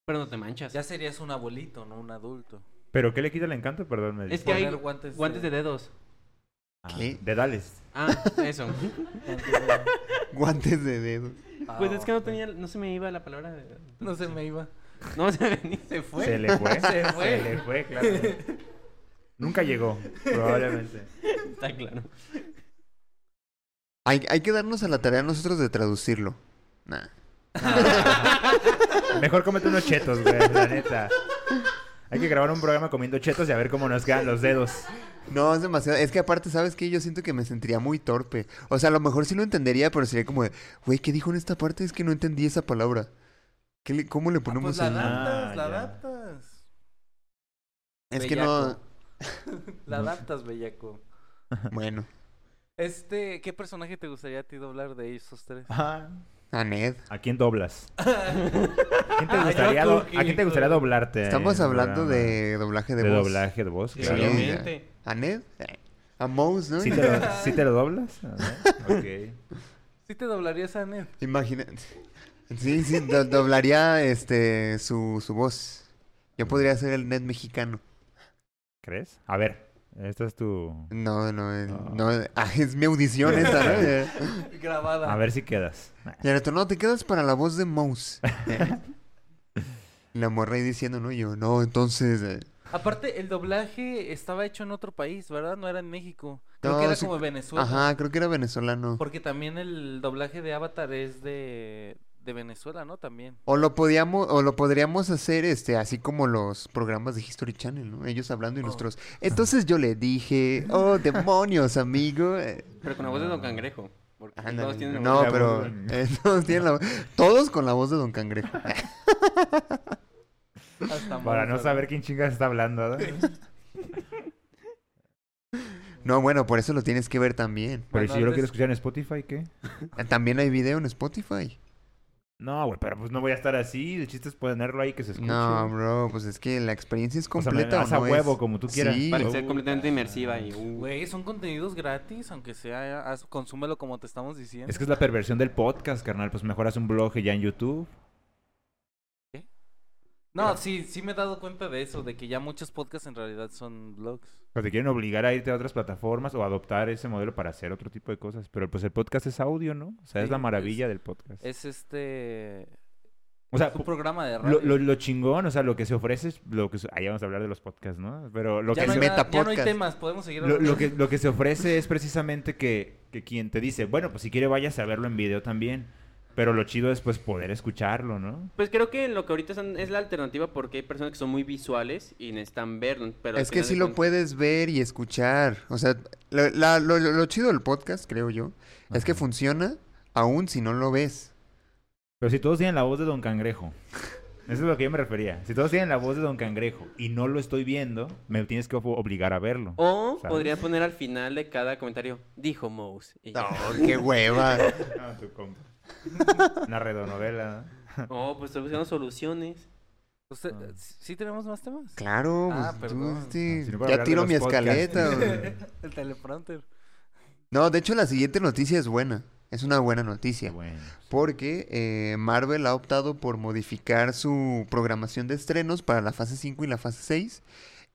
Pero no te manchas.
Ya serías un abuelito, no un adulto.
¿Pero qué le quita el encanto? Perdón, me
Es
dice.
que hay
Poner guantes
guantes
de-
de dedos.
Ah,
¿Qué?
Dedales.
Ah, eso.
Guantes de dedos.
Pues es que no
Ah,
tenía, no se me iba la palabra. de-
No se me iba.
No se me ni se fue.
Se le fue.
Se fue.
Se le fue, claro. Nunca llegó, probablemente.
Está claro.
Hay, hay que darnos a la tarea nosotros de traducirlo. Nah.
Mejor cómete unos chetos, güey, la neta. Hay que grabar un programa comiendo chetos y a ver cómo nos quedan los dedos.
No, es demasiado. Es que aparte, ¿sabes qué? Yo siento que me sentiría muy torpe. O sea, a lo mejor sí lo entendería, pero sería como de, güey, ¿qué dijo en esta parte? Es que no entendí esa palabra. ¿Qué le- ¿Cómo le
Ah, pues
ponemos
la
el-
da-
adaptas,
Ah,
la
ya.
adaptas.
Es que no.
La adaptas, bellaco.
Bueno.
Este, ¿qué personaje te gustaría a ti doblar de esos tres?
Ah,
A Ned.
¿A quién doblas? ¿A quién te
Ah,
gustaría,
yo
do-
tú,
¿a quién te gustaría doblarte?
Estamos
en el
hablando
programa?
de doblaje de,
de
voz.
doblaje de voz.
Sí.
claro.
Sí,
Obviamente.
a, a Ned. eh, A Mouse, ¿no?
¿Sí te lo, sí te lo doblas? A ver, ok.
¿Sí te doblarías a Ned?
Imagina. Sí, sí, do- doblaría este, su, su voz. Yo podría ser el Ned mexicano.
¿Crees? A ver, esta es tu...
No, no, eh,
Ah.
no. eh, ah, es mi audición esta, ¿no? Eh,
Grabada.
A ver si quedas.
Y ahora tú, no, te quedas para la voz de Mouse. Eh, La morra ahí diciendo, no, yo, no, entonces. eh,
Aparte, el doblaje estaba hecho en otro país, ¿verdad? No era en México. Creo
No,
que era
sí,
como Venezuela.
Ajá, creo que era venezolano.
Porque también el doblaje de Avatar es de, de Venezuela, ¿no? También.
O lo podíamos, o lo podríamos hacer este, así como los programas de History Channel, ¿no? Ellos hablando y
Oh.
nosotros. Entonces yo le dije, oh demonios, amigo. eh,
Pero con la voz de Don Cangrejo. Porque
ándale,
todos tienen la
no,
voz
la
pero
voz de-
eh, todos tienen la- todos con la voz de Don Cangrejo.
Hasta
Para no
Mozart.
saber quién chingas está hablando. ¿verdad?
No, bueno, por eso lo tienes que ver también.
Pero ¿y
Bueno,
si yo lo
antes-
quiero escuchar en Spotify, ¿qué?
También hay video en Spotify.
No, güey, pero pues no voy a estar así. El chiste es ponerlo ahí que se escuche.
No, bro, pues es que la experiencia es
O sea,
completa.
me-
¿o
haz a
no es?
huevo, como tú quieras.
Sí.
para que sea completamente inmersiva y... uh,
Güey, son contenidos gratis, aunque sea, haz- consúmelo como te estamos diciendo.
Es que es la perversión del podcast, carnal. Pues mejor haz un blog ya en YouTube.
No, sí, sí me he dado cuenta de eso, de que ya muchos podcasts en realidad son blogs.
O sea, te quieren obligar a irte a otras plataformas o adoptar ese modelo para hacer otro tipo de cosas. Pero pues el podcast es audio, ¿no? O sea, es
Sí,
la maravilla del podcast.
Es este...
o sea,
un programa de radio.
lo, lo- lo chingón, o sea, lo que se ofrece es lo que... se- Ahí vamos a hablar de los podcasts, ¿no? Pero lo
ya,
que
no
se
hay
meta
nada- ya no hay
podcast.
temas, podemos seguir
Lo, lo
hablando.
que, lo que se ofrece es precisamente que, que quien te dice, bueno, pues si quiere váyase a verlo en video también. Pero lo chido es pues poder escucharlo, ¿no?
Pues creo que lo que ahorita son- es la alternativa porque hay personas que son muy visuales y necesitan verlo. Pero al
es que
final
sí
de
lo
cuentas-
puedes ver y escuchar. O sea, la- la- lo, lo- lo chido del podcast, creo yo, es que
Ajá.
funciona aún si no lo ves.
Pero si todos tienen la voz de Don Cangrejo. Eso es a lo que yo me refería. Si todos tienen la voz de Don Cangrejo y no lo estoy viendo, me tienes que ob- obligar a verlo.
Oh.
O
¿Sabes?
podría poner al final de cada comentario, dijo Mouse. y
No,
ya.
qué hueva.
Ah, tu compa. Una redonovela. ¿no?
Oh, pues estoy buscando soluciones.
Usted-
Ah.
¿Sí tenemos más temas?
Claro,
Ah,
pues, tú,
perdón.
este,
Ah, si no, para hablar
ya
de
tiro
los
mi
podcasts.
escaleta. güey.
El teleprompter.
no, de hecho la siguiente noticia es buena. Es una buena noticia.
Bueno.
Porque eh, Marvel ha optado por modificar su programación de estrenos para la fase 5 y la fase 6.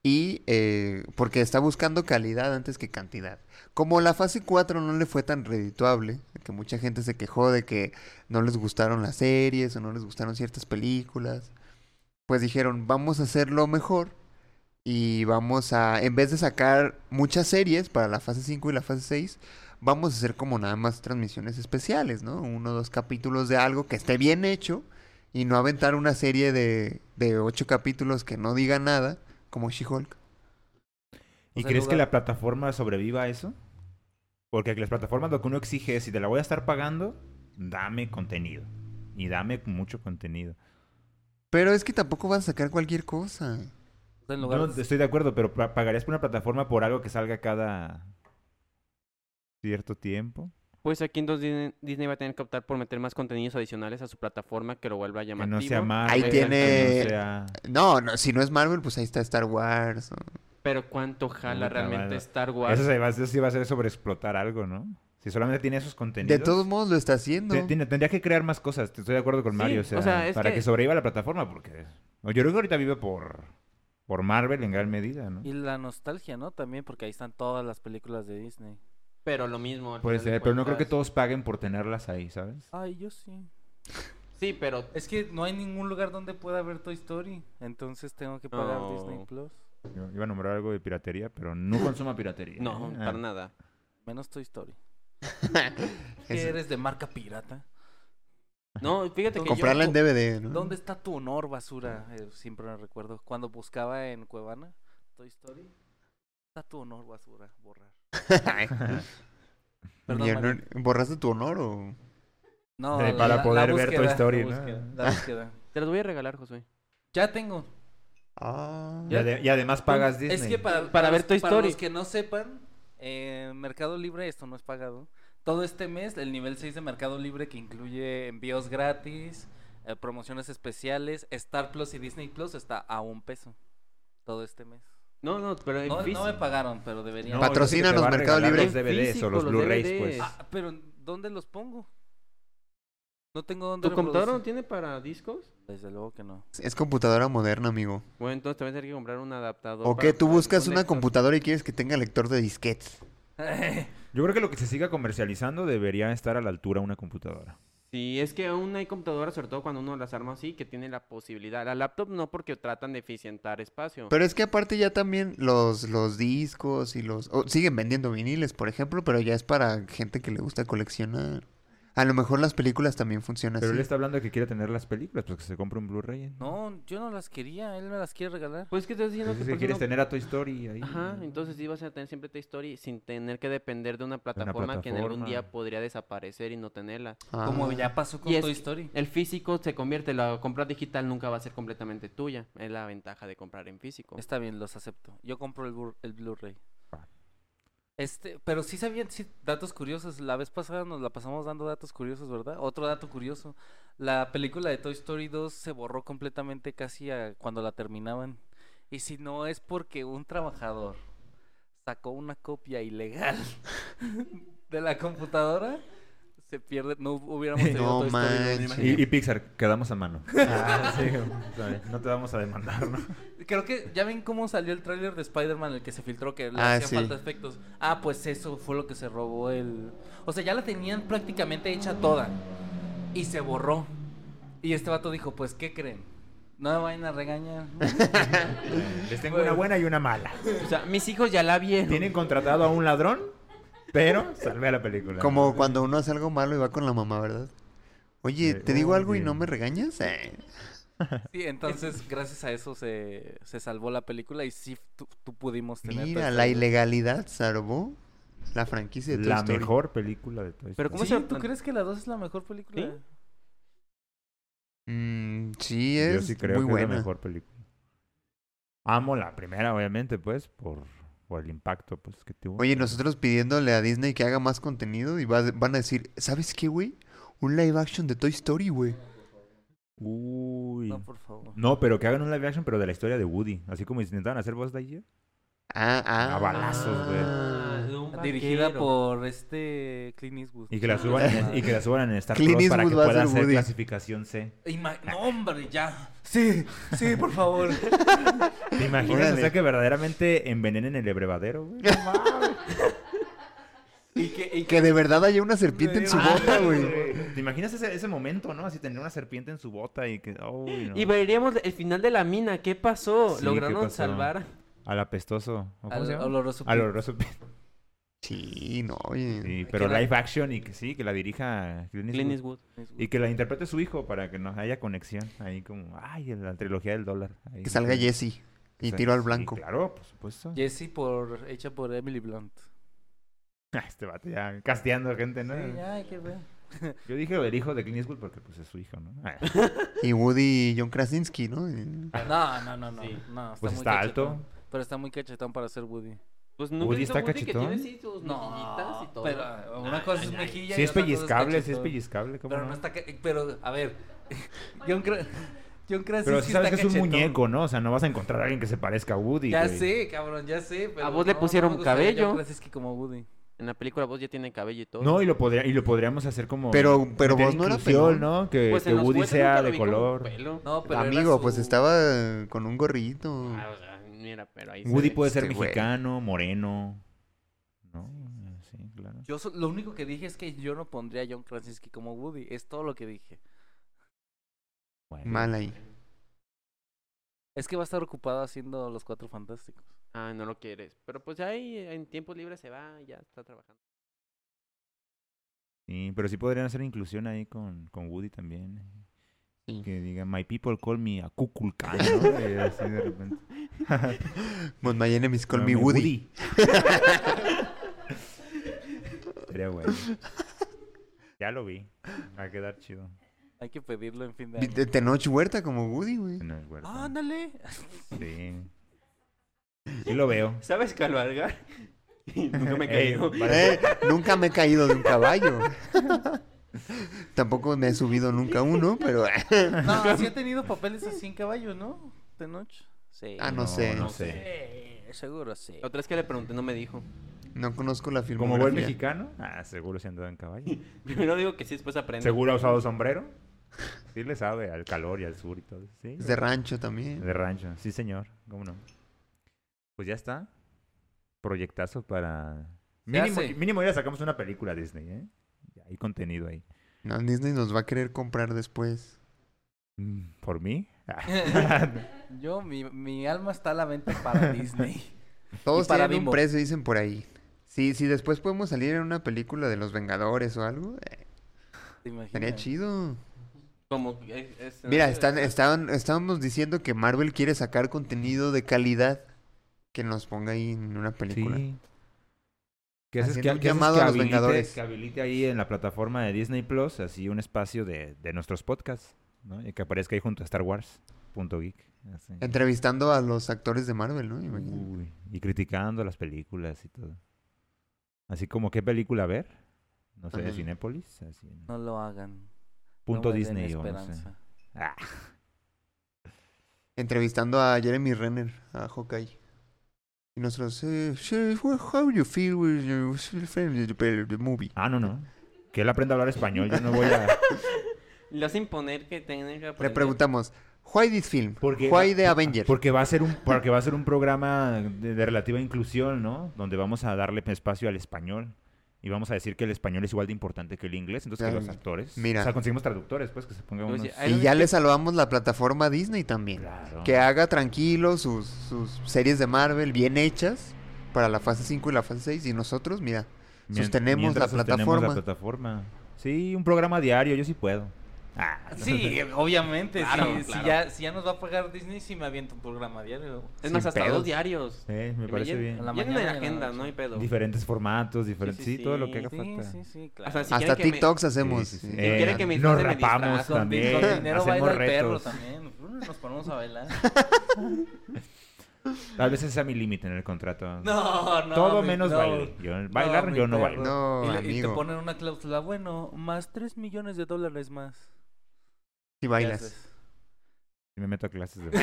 Y eh, porque está buscando calidad antes que cantidad. Como la fase 4 no le fue tan redituable, que mucha gente se quejó de que no les gustaron las series o no les gustaron ciertas películas, pues dijeron, vamos a hacerlo mejor y vamos a, en vez de sacar muchas series para la fase 5 y la fase 6, vamos a hacer como nada más transmisiones especiales, ¿no? Uno o dos capítulos de algo que esté bien hecho y no aventar una serie de, de ocho capítulos que no diga nada, como She-Hulk.
O
¿Y
sea,
crees que
lugar-
la plataforma sobreviva a eso? Porque las plataformas lo que uno exige es, si te la voy a estar pagando, dame contenido. Y dame mucho contenido.
Pero es que tampoco vas a sacar cualquier cosa.
O sea, en lugar
No,
de-
estoy de acuerdo, pero pa- ¿pagarías por una plataforma por algo que salga cada cierto tiempo?
Pues aquí entonces Disney, Disney va a tener que optar por meter más contenidos adicionales a su plataforma que lo vuelva
Que
llamativo.
no sea más.
Ahí tiene-
Que no sea...
No, no, si no es Marvel, pues ahí está Star Wars. ¿no?
Pero cuánto jala
Puta
realmente
madre.
Star Wars.
Eso, se va, eso sí va a ser sobreexplotar algo, ¿no? Si solamente tiene esos contenidos.
De todos modos lo está haciendo.
te- tiene- tendría que crear más cosas. Te- Estoy de acuerdo con
Sí,
Mario. o
o
sea,
sea, es
para que...
que-
sobreviva la plataforma, porque. Yo creo que ahorita vive por, por Marvel en gran medida, ¿no?
Y la nostalgia, ¿no? También, porque ahí están todas las películas de Disney.
Pero lo mismo. al
Puede
final de
ser, pero no creo que
cuentas.
todos paguen por tenerlas ahí, ¿sabes?
Ay, yo sí.
Sí, pero
Es que no hay ningún lugar donde pueda ver Toy Story. Entonces tengo que pagar
No.
Disney Plus.
Yo iba a nombrar algo de piratería, pero no consuma piratería.
no,
¿eh?
para nada.
Menos Toy Story.
Eso.
¿Qué eres de marca pirata?
Ah.
No, fíjate que yo-
Comprarla en DVD, ¿no?
¿Dónde está tu honor, basura? Eh, siempre me recuerdo. Cuando buscaba en Cuevana, Toy Story. ¿Dónde Está tu honor, basura. Borrar. Perdón,
Oye,
Mario.
¿no- ¿Borraste tu honor o...?
No,
Eh, para poder ver Toy
búsqueda, la
Story, ¿no?
búsqueda, la búsqueda.
Te los voy a regalar, Josué.
Ya tengo.
Ah.
Y, ade- y además pagas Disney.
Es que para,
ver
los-
Toy
para
Story.
los que no sepan, eh, Mercado Libre esto no es pagado. Todo este mes, el nivel 6 de Mercado Libre que incluye envíos gratis, eh, promociones especiales, Star Plus y Disney Plus está a un peso. Todo este mes.
No, no, pero en
No, no
físico.
me pagaron, pero deberían.
No,
Patrocínanos,
es que te va a
Mercado
regalar
Libre.
Los DVDs
Físico,
o los
los
Blu-rays,
DVDs.
pues.
Ah, pero ¿dónde los pongo? No tengo dónde
¿Tu computadora no
reproducir.
tiene para discos?
Desde luego que no.
Es computadora moderna, amigo.
Bueno, entonces te vas a tener que comprar un adaptador.
¿O
Pues para-
qué? ¿Tú
para-
buscas
un
una
lector.
computadora y quieres que tenga lector de disquetes?
Yo creo que lo que se siga comercializando debería estar a la altura una computadora.
Sí, es que aún hay computadoras, sobre todo cuando uno las arma así, que tiene la posibilidad. La laptop no, porque tratan de eficientar espacio.
Pero es que aparte ya también los, los discos y los... o siguen vendiendo viniles, por ejemplo, pero ya es para gente que le gusta coleccionar. A lo mejor las películas también funcionan
Pero él
así.
está hablando de que quiere tener las películas, pues que se compre un Blu-ray.
No, yo no las quería. Él me las quiere regalar.
Pues que estás diciendo
Entonces,
que
si
por qué
quieres
no-
tener a tu Story ahí.
Ajá,
¿no?
entonces sí vas a tener siempre Toy Story sin tener que depender de una plataforma, que en algún día
plataforma.
podría desaparecer y no tenerla.
Ah.
Como ya pasó con
Y es
Toy
que-
Story.
El físico se convierte, la compra digital nunca va a ser completamente tuya. Es la ventaja de comprar en físico.
Está bien, los acepto. Yo compro el, Blu- el Blu-ray.
Ah.
Va.
Este, pero sí sabían sí, datos curiosos. La vez pasada nos la pasamos dando datos curiosos, ¿verdad? Otro dato curioso. La película de Toy Story 2 se borró completamente casi a cuando la terminaban. Y si no es porque un trabajador sacó una copia ilegal de la computadora, se pierde. No hubiéramos tenido
No
Toy Story 2.
manches.
imagínate.
Y, y Pixar, quedamos a mano. Sorry, Ah, no te vamos a demandar, ¿no?
Creo que ya ven cómo salió el tráiler de Spider-Man, el que se filtró, que le
Ah,
hacían
sí.
falta efectos. Ah, pues eso fue lo que se robó el. O sea, ya la tenían prácticamente hecha toda. Y se borró. Y este vato dijo: Pues, ¿qué creen? No me vayan a regañar.
Eh,
Les
pues.
tengo una buena y una mala.
O sea, mis hijos ya la vieron.
Tienen contratado a un ladrón, pero salvé a la película.
Como cuando uno hace algo malo y va con la mamá, ¿verdad? Oye,
Eh,
¿te digo algo y
oye.
no me regañas? Eh,
sí, entonces, gracias a eso se, se salvó la película y sí tú, tú pudimos tener. Toy
mira,
Story
la
2.
ilegalidad salvó la franquicia de Toy
La
Story.
mejor película de Toy Story.
Pero ¿cómo
Sí,
se-
¿Tú crees que la 2 es la mejor película?
¿Sí?
Mm, sí, es
Yo sí creo
muy
que
buena.
es la mejor película. Amo la primera, obviamente, pues, por, por el impacto pues, que tuvo.
Oye, nosotros pidiéndole a Disney que haga más contenido y va- van a decir, ¿sabes qué, güey? Un live action de Toy Story, güey.
Uy.
No,
No,
por favor.
pero que hagan un live action, pero de la historia de Woody. Así como intentaban hacer Buzz Lightyear.
Ah, ah.
A balazos, güey.
Ah, de un
Dirigida
vaquero.
por este Clint Eastwood.
Y que la suban en, y que la suban en Star
Clint
Plus para que
Eastwood va a
pueda
ser
hacer
Woody.
clasificación C.
Ima- no, hombre, ya. Sí, sí, por favor.
¿Te imaginas?
Órale.
O sea, que verdaderamente envenenen el abrevadero, güey. No mames.
y que, y que-
Que de verdad haya una serpiente en su
Ah,
boca, güey.
¿Te imaginas ese, ese momento, no? Así tener una serpiente en su bota y que... uy, no.
Y veríamos el final de la mina. ¿Qué pasó?
Sí,
¿Lograron
¿qué pasó?
salvar?
Al apestoso. ¿o ¿Cómo
al
se llama?
oloroso
Al
pito.
oloroso pito.
Sí, no, oye.
Sí, pero
que la-
live action y que sí, que la dirija Clint
Clint
Eastwood.
Eastwood.
Y que la interprete su hijo para que nos haya conexión. Ahí como, ay, en la trilogía del dólar. Ahí.
Que salga Jesse
Que
y
sa-
tiro al
sí,
blanco.
claro, por supuesto.
Jessie por, hecha por Emily Blunt.
Este vato ya casteando gente, ¿no?
Sí, ay, qué feo.
Yo dije lo del hijo de Clint Eastwood porque pues es su hijo, ¿no? Ah,
Y Woody y John Krasinski, ¿no? Y-
No, no, no, no.
Sí.
no está
pues
muy
está alto.
cachetón, Pero está muy cachetón para ser Woody.
Pues nunca
Woody
hizo
está
que
cachetón.
tiene sí sus mejillitas y todo.
pero ah, una cosa es mejilla
Sí
y
es
otra cosa
pellizcable, sí es
cachetón.
pellizcable. ¿cómo
Pero no
no?
está... ca- Pero, a ver. John, Cra- John Krasinski
Pero sí sabes
está
que es un
cachetón.
muñeco, ¿no? O sea, no vas a encontrar a alguien que se parezca a Woody.
Ya
güey.
sé, cabrón, ya sé. Pero
A vos le pusieron
me gustaría
cabello.
John Krasinski como Woody.
En la película vos ya tiene cabello y todo.
No, y lo, podría, y lo podríamos hacer como.
Pero- pero
meter
vos no era
inclusión,
pelón.
¿no? Que,
Pues
que
en los
Woody
juguetes
sea
nunca lo
de
vi con
color.
pelo.
No, pero era
Amigo, pues
su-
estaba con un gorrito.
Ah, o sea, mira, pero ahí se
Woody
ve.
puede ser
Este güey.
mexicano, moreno. ¿No? Sí, claro.
Yo so- lo único que dije es que yo no pondría a John Krasinski como Woody. Es todo lo que dije.
Bueno.
Mal ahí.
Es que va a estar ocupado haciendo los cuatro fantásticos.
Ah, no lo quieres. Pero pues ahí en tiempos libres se va, ya está trabajando.
Sí, pero sí podrían hacer inclusión ahí con, con Woody también.
Sí.
Que diga, my people call me a Kukulkan, ¿no? Y así de repente.
But my enemies call
No,
me
mi
Woody.
Sería bueno. Ya lo vi. Va a quedar chido.
Hay que pedirlo en fin de
Vi-
año.
de Tenoch Huerta como Woody, güey.
No es huerta.
Ah,
¡Ándale!
Sí. Sí lo veo.
¿Sabes cabalgar? Y nunca me he
Ey,
caído.
vale,
Eh, nunca me he caído de un caballo. Tampoco me he subido nunca a uno, pero...
No, sí ha tenido papeles así en caballo, ¿no? De noche. Sí.
Ah, no, sé.
no
No,
sé.
Sí, seguro sí.
La otra vez que le pregunté no me dijo.
conozco la
Como buen
filmografía.
mexicano, ah, seguro se andado en caballo.
Primero digo que sí, después aprendo.
Seguro ha usado sombrero. Sí le sabe al calor y al sur y todo. eso, Sí.
Es de rancho también.
De rancho, sí señor, cómo no. Pues ya está. Proyectazo para... Mínimo,
hace.
mínimo ya sacamos una película Disney, ¿eh? Ya Hay contenido ahí.
No, Disney nos va a querer comprar después.
Mm, ¿Por mí? Ah,
Yo, mi, mi alma está a la venta para Disney.
Todos
para
tienen
Bimbo.
un precio, dicen por ahí. Sí, si después podemos salir en una película de los Vengadores o algo, eh,
¿Te imaginas? Este,
estaría chido.
Como, eh, es-
Mira, están, estaban, estábamos diciendo que Marvel quiere sacar contenido de calidad que nos ponga ahí en una película.
¿Qué haces
Haciendo
que,
un
qué haces
llamado
que
a los
habilite-
Vengadores.
que habilite ahí en la plataforma de Disney Plus, así un espacio de, de nuestros podcasts, ¿no? Y que aparezca ahí junto a Star Wars. Punto geek. así.
Entrevistando a los actores de Marvel, ¿no? Imagínate.
Uy, y criticando las películas y todo. Así como qué película ver. No sé, de
Ajá.
Cinépolis. Así, en
No lo hagan.
punto
No me den
Disney o no sé.
esperanza.
Ah,
Entrevistando a Jeremy Renner, a Hawkeye. Y nosotros, eh, "Sheriff, wha- how you feel with your friend in the- the movie?
ah, no, no. Que él aprenda a hablar español. Yo no voy a.
Le hacen imponer que tengan que
Le
aprender.
preguntamos, why this film?
Porque
Why
va-
the Avenger?
Porque va a ser un, porque va a ser un programa de, de relativa inclusión, ¿no? Donde vamos a darle espacio al español. Y vamos a decir que el español es igual de importante que el inglés. Entonces, que
Ah,
los actores.
mira.
O sea, conseguimos traductores, pues, que se pongan
Pues
unos.
sí, hay-
Y ya le salvamos la plataforma a Disney también.
Claro.
Que haga tranquilo sus, sus series de Marvel bien hechas para la fase 5 y la fase 6. Y nosotros, mira,
Mien-
sostenemos
mientras
la
sostenemos
plataforma.
la plataforma. Sí, un programa diario, yo sí puedo. Ah,
Sí, obviamente.
Claro,
sí,
claro.
Si, ya, si ya nos va a pagar Disney, si me aviento un programa diario.
Es más,
Sin
hasta
pedos.
dos diarios.
Eh, me
Que
parece
llenen-
bien.
la mañana
llenen
y
la
en la
agenda,
noche.
no hay pedo.
Diferentes formatos, diferentes.
sí,
Sí, todo lo
sí.
que haga
Sí,
falta.
sí, sí, claro.
Hasta si
Hasta
quieren que me-
TikToks
Sí,
hacemos.
sí, sí.
sí.
Eh, quiere que mis
nos
frases me
rapamos
disfrazan,
Con, di-
también.
con dinero
hacemos
baila el perro
retos.
también. Nos ponemos a bailar.
Tal vez ese sea mi límite en el contrato.
No, no.
todo
mi-
menos
no.
bailar. Yo- bailar,
mi
yo no
perro.
bailo.
No,
y, le- y te
amigo.
ponen una cláusula, bueno, más 3 millones de dólares más.
Si
¿Qué
bailas.
haces?
Y me meto a clases de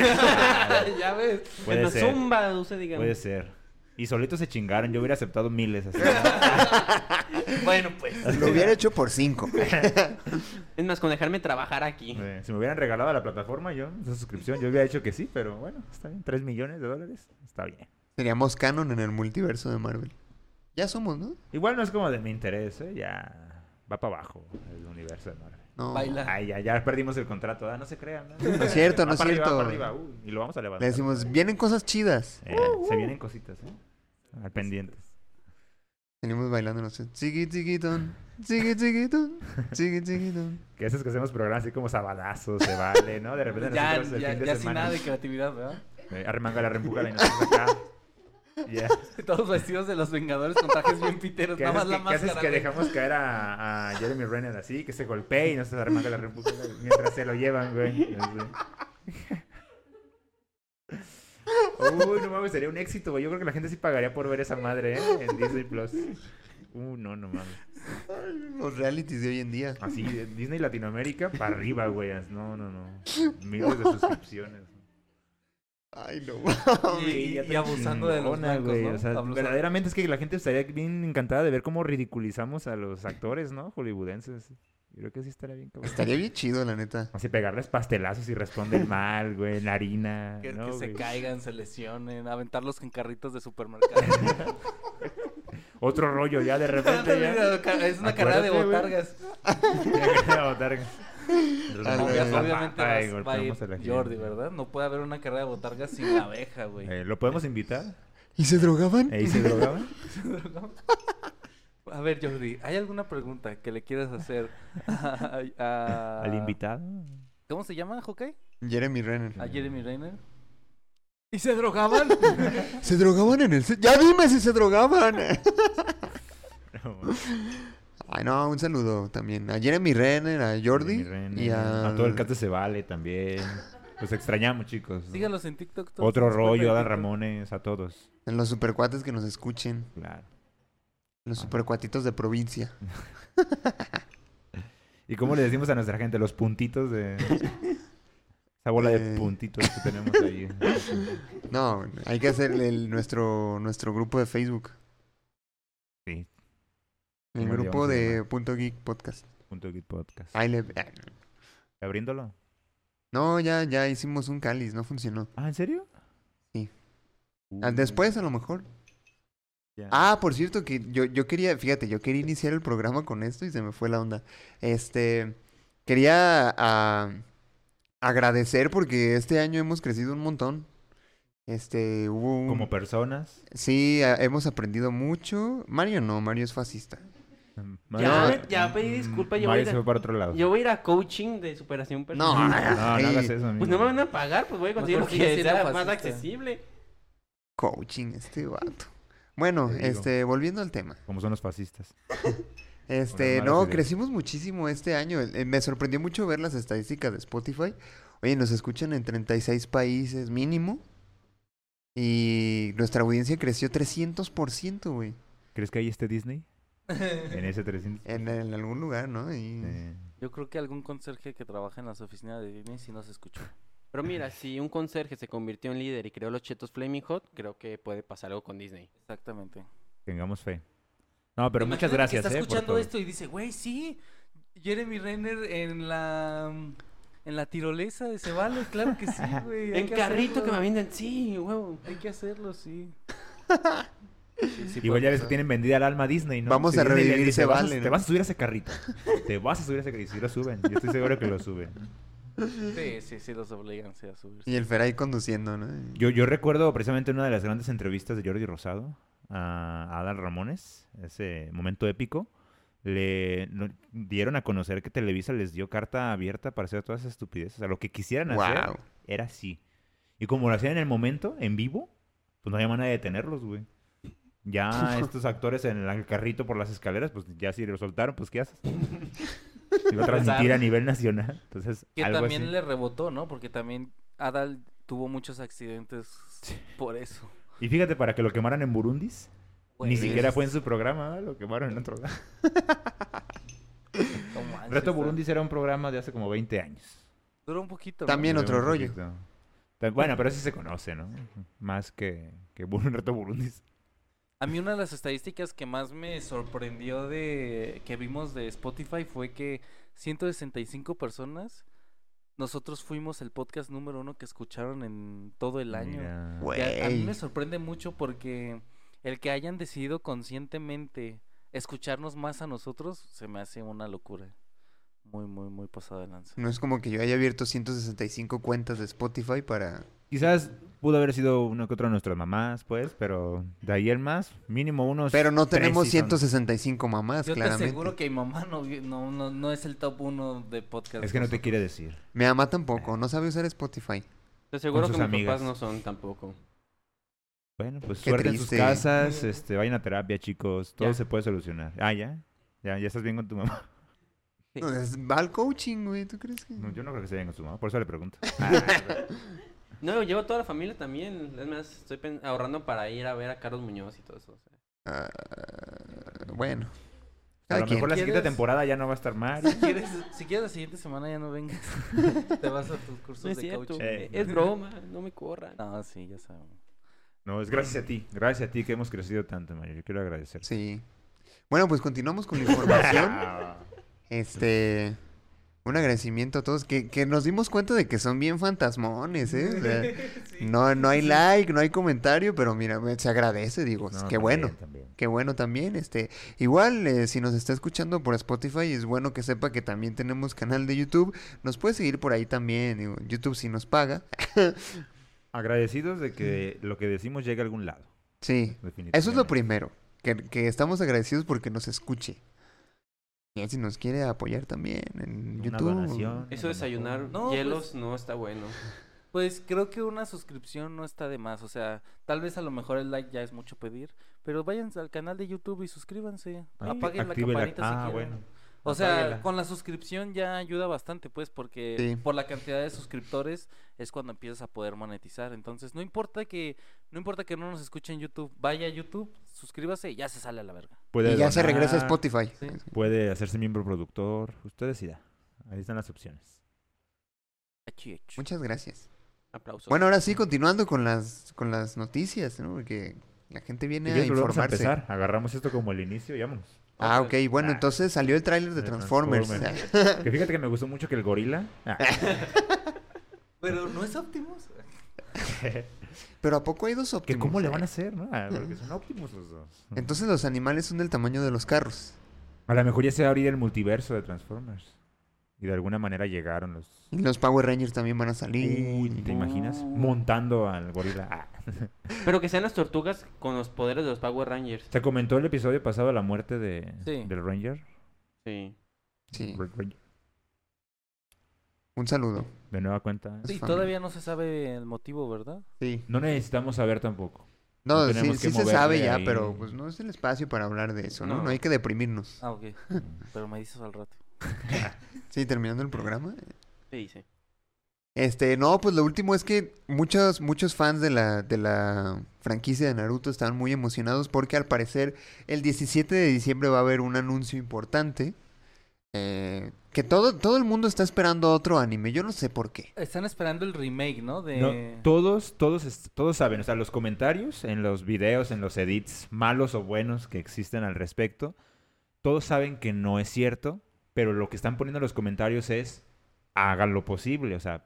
ya ves.
En
Puede
la
ser,
zumba, dulce, dígame.
puede ser. Y solitos se chingaron, yo hubiera aceptado miles así.
Bueno, pues.
Lo hubiera hecho por 5.
Es más, con dejarme trabajar aquí.
Eh, Si me hubieran regalado la plataforma, yo, esa suscripción, yo hubiera dicho que sí, pero bueno, está bien. Tres millones de dólares, está bien.
Seríamos canon en el multiverso de Marvel. Ya somos, ¿no?
Igual no es como de mi interés, ¿eh? ya va para abajo el universo de Marvel.
No.
Baila.
Ay, ya, ya perdimos el contrato, ah, no se crean. No,
No es cierto,
Va
no es
para arriba,
cierto.
va para arriba, uy, y lo vamos a levantar.
Le decimos, uh, vienen cosas chidas.
Eh, Se vienen cositas, ¿eh? Al pendientes.
Venimos bailando, no sé. Tsigui, tsigui, ton. Tsigui, tsigui, ton. Tsigui, tsigui, ton.
Que esos que hacemos programas así como sabadazos, se vale, ¿no? De repente
Ya,
nosotros el
ya,
fin de
ya sin
semana.
nada de creatividad, ¿verdad?
Eh, Arremángala, reempújala y nosotros acá. Ya.
Todos vestidos de los Vengadores con trajes bien piteros.
¿Qué
Nada
haces,
más la
que, qué haces
máscara.
que
güey.
dejamos caer a, a Jeremy Renner así? Que se golpee y nosotros arremángala, reempújala mientras se lo llevan, güey. Así. Uy, Uh, no mames, sería un éxito, güey. Yo creo que la gente sí pagaría por ver esa madre, ¿eh? En Disney Plus. Uh, no, no mames.
Los realities de hoy en día.
Así, de Disney Latinoamérica para arriba, güey. No, no, no. Miles de suscripciones.
Ay, no.
Y, y- y abusando de los
Chingona,
blancos,
güey,
¿no?
o sea,
Abusando-
verdaderamente es que la gente estaría bien encantada de ver cómo ridiculizamos a los actores, ¿no? Hollywoodenses. Yo creo que sí estaría bien cabrón.
Estaría bien chido, la neta.
Así pegarles pastelazos y responden mal, güey, en harina.
Que,
¿no,
que se
güey?
caigan, se lesionen, aventarlos en carritos de supermercado.
Otro rollo ya de repente ya.
es una carrera de
Acuérdate, güey.
botargas. Obvia- Obviamente vas-
Ay,
va a ir
golpeamos a la gente.
Jordi, ¿verdad? No puede haber una carrera de botargas sin la abeja, güey.
Eh, ¿Lo podemos invitar?
¿Y se drogaban?
¿Eh, ¿Y se drogaban?
A ver, Jordi, ¿hay alguna pregunta que le quieras hacer a- a-
¿Al invitado? Eh.
¿Cómo se llama, Hawkeye?
Jeremy Renner.
A Jeremy Reiner. ¿Y se drogaban?
¿Se drogaban en el set? ¡Ya dime si se drogaban!
No,
Ay, no, un saludo también. A Jeremy Renner, a Jordi.
Jeremy Renner,
y a...
a todo el cast de Se Vale también. Los extrañamos, chicos. ¿no?
Síganos en TikTok. todos
Otro
nos cuentan en
rollo, Adal
TikTok.
Ramones, a todos.
En los supercuates que nos escuchen.
Claro.
Los supercuatitos de provincia.
¿Y cómo le decimos a nuestra gente? Los puntitos de... Esa bola de
Eh.
puntitos que tenemos ahí.
No, hay que hacer el- nuestro, nuestro grupo de Facebook.
Sí.
El
Muy bien,
grupo
vamos a
de
llamar.
Punto Geek Podcast.
Punto Git Podcast.
Ahí le- ah,
¿Abriéndolo?
No, ya, ya hicimos un cáliz, no funcionó.
Ah, ¿en serio?
Sí. Ah,
Uh,
Después a lo mejor.
ya.
Ah, por cierto, que yo, yo quería, fíjate, yo quería iniciar el programa con esto y se me fue la onda. Este, quería ah, agradecer porque este año hemos crecido un montón. Este, hubo un...
Como personas.
Sí, a- hemos aprendido mucho. Mario no, Mario es fascista.
Mario-
ya pedí disculpa, yo
Mario
voy a-
se fue para otro lado.
Yo voy a ir a coaching de superación
No,
personal.
No, no
ay,
hagas eso, amigo.
Pues no me van a pagar, pues voy a conseguir lo
Mejor sigue
que
siendo
sea más
fascista.
accesible.
coaching este vato. Bueno,
Te digo.
este, volviendo al tema.
Como son los fascistas.
Este,
malas
no,
ideas.
crecimos muchísimo este año. Eh, Me sorprendió mucho ver las estadísticas de Spotify. Oye, nos escuchan en 36 países mínimo. Y nuestra audiencia creció 300%, güey.
¿Crees que hay este Disney? En ese 300.
En, en algún lugar, ¿no? Y-
Eh,
Yo creo que algún conserje que trabaja en las oficinas de Disney sí nos escuchó.
Pero mira, si un conserje se convirtió en líder y creó los chetos Flaming Hot, creo que puede pasar algo con Disney.
Exactamente.
tengamos fe. No, pero
Imagínate
muchas
que
gracias,
Está
eh, por
escuchando
todo.
esto y dice, güey, sí, Jeremy Renner en la en la tirolesa de Cebalo, claro que sí, güey. hay
En
que
carrito que me
hacerlo.
venden, sí, huevo.
Hay que hacerlo, sí.
Igual ya ves que tienen vendida el alma a Disney, ¿no?
Vamos
Si
a
Disney les
revivir
dice,
Se
"Vas a-
Vale",
Te
¿no?
vas a subir a ese carrito. Te vas a subir a ese carrito. Y si lo suben. Yo estoy seguro que lo suben.
Sí, sí, sí, los obligan sí, a subirse.
Y el Feray conduciendo, ¿no? Y-
Yo, yo recuerdo precisamente una de las grandes entrevistas de Jordi Rosado a a Adal Ramones, ese momento épico. Le no- dieron a conocer que Televisa les dio carta abierta para hacer todas esas estupideces. O sea, lo que quisieran hacer
Wow.
era así. Y como lo hacían en el momento, en vivo, pues no había manera de detenerlos, güey. Ya estos actores en el carrito por las escaleras, pues ya si lo soltaron, pues ¿qué haces? Se iba a transmitir a nivel nacional. Entonces,
Que
algo
también
así.
le rebotó, ¿no? Porque también Adal tuvo muchos accidentes por eso.
Y fíjate, para que lo quemaran en Burundis,
güey.
Ni siquiera fue en su programa, ¿verdad? lo quemaron en otro lado.
No manches,
Reto
¿no?
Burundis era un programa de hace como 20 años.
Duró un poquito. ¿no?
También
Duró
otro
un
rollo.
poquito. Ta- Bueno, pero sí se conoce, ¿no? Más que, que Bur- Reto Burundis.
A mí una de las estadísticas que más me sorprendió de que vimos de Spotify fue que 165 personas nosotros fuimos el podcast número uno que escucharon en todo el año.
Mira.
Güey.
Que a- a mí me
Ey.
sorprende mucho porque el que hayan decidido conscientemente escucharnos más a nosotros se me hace una locura. Muy, muy, muy pasado de lanza.
No es como que yo haya abierto 165 cuentas de Spotify para...
Quizás pudo haber sido uno que otro de nuestras mamás, pues, pero de ahí el más, mínimo unos.
Pero no
Pues, tres
tenemos
sí son.
165 mamás,
Yo te
claramente.
aseguro que mi mamá no, vi- no, no, no es el top uno de podcast.
Es que no te
nosotros.
quiere decir.
Mi mamá
Ah.
tampoco, no sabe usar Spotify.
Te seguro
sus
que mis
amigas.
papás no son tampoco.
Bueno, pues
Qué
suerte
triste.
en sus casas, este, vayan a terapia, chicos. Todo
Ya.
se puede solucionar. Ah, ya. Ya, ya estás bien con tu mamá.
Sí.
No, es- va al coaching, güey, ¿tú crees que...?
No, yo no creo que esté bien con su mamá, por eso le pregunto.
No, llevo toda la familia también. Es más, estoy pen- ahorrando para ir a ver a Carlos Muñoz y todo eso. o sea.
Ah, bueno.
A
Cada
lo
quien.
mejor la siguiente
¿Quieres?
temporada ya no va a estar mal.
Si quieres, si quieres la siguiente semana ya no vengas. Te vas a tus cursos
No es
de
cierto.
coaching.
Eh.
Es broma, no me corran.
No, sí, ya sabemos.
No, es gracias a ti. Gracias a ti que hemos crecido tanto, Mario. Yo quiero agradecer.
Sí. Bueno, pues continuamos con la información.
Ah.
este... Un agradecimiento a todos, que, que nos dimos cuenta de que son bien fantasmones, ¿eh? O sea, no, no hay like, no hay comentario, pero mira, me- se agradece, digo,
No,
qué
también,
bueno.
también.
Qué bueno también, este, igual eh, si nos está escuchando por Spotify es bueno que sepa que también tenemos canal de YouTube, nos puede seguir por ahí también, digo, YouTube si nos paga,
Agradecidos de que lo que decimos llegue a algún lado.
sí,
definitivamente.
Mm. eso es lo primero, que, que estamos agradecidos porque nos escuche, y él si nos quiere apoyar también en
Una
YouTube,
donación.
Eso de desayunar
No,
hielos
pues-
no está bueno.
Pues creo que una suscripción no está de más. O sea, tal vez a lo mejor el like ya es mucho pedir. Pero váyanse al canal de YouTube y suscríbanse.
Ay,
Apaguen la
active la-
campanita si
Ah,
quieren.
bueno.
O sea,
Apáguela.
con la suscripción ya ayuda bastante, pues, porque
Sí.
por la cantidad de suscriptores es cuando empiezas a poder monetizar. Entonces, no importa que no importa que no nos escuchen en YouTube, vaya a YouTube, suscríbase y ya se sale a la verga.
Puede
Y ya se regresa a
donar,
Spotify.
Sí.
Puede hacerse miembro productor. Usted decida. Ahí están las opciones.
Achich.
Muchas gracias.
Aplausos.
Bueno, ahora sí, continuando con las, con las noticias, ¿no? Porque la gente viene
Si
a
quieres, volvemos a
informarse.
empezar. Agarramos esto como el inicio y vámonos.
Ah,
Ok.
ok. Bueno,
Ah.
entonces salió el tráiler de
De
Transformers.
Transformers. Que fíjate que me gustó mucho que el gorila. Ah,
Pero no es Optimus.
Pero ¿a poco hay dos
que
Optimus?
cómo le van a Mm. hacer, ¿no? Ah, Porque son óptimos los dos.
Entonces los animales son del tamaño de los carros.
A lo mejor ya se va a abrir el multiverso de Transformers. Y de alguna manera llegaron los.
Y los Power Rangers también van a salir.
Uy, ¿te imaginas? Montando al gorila. Ah.
Pero que sean las tortugas con los poderes de los Power Rangers.
Se comentó el episodio pasado la muerte de,
Sí.
del Ranger.
Sí.
Sí.
Red Ranger.
Un saludo.
De nueva cuenta.
Sí.
Y todavía no se sabe el motivo, ¿verdad?
Sí.
No necesitamos saber tampoco.
No,
No
sí,
tenemos que
sí se sabe
moverle
ya,
ahí.
pero pues no es el espacio para hablar de eso, ¿no? No,
No.
hay que deprimirnos.
Ah, ok. Pero me dices al rato.
Sí, terminando el programa.
Se dice.
Este, no, pues lo último es que muchos, muchos fans de la, de la franquicia de Naruto están muy emocionados porque al parecer el 17 de diciembre va a haber un anuncio importante. eh, que todo, todo el mundo está esperando otro anime. Yo no sé por qué.
Están esperando el remake, ¿no? De
No, todos, todos, es- todos saben, o sea, los comentarios, en los videos, en los edits, malos o buenos que existen al respecto, todos saben que no es cierto, pero lo que están poniendo en los comentarios es hagan lo posible, o sea,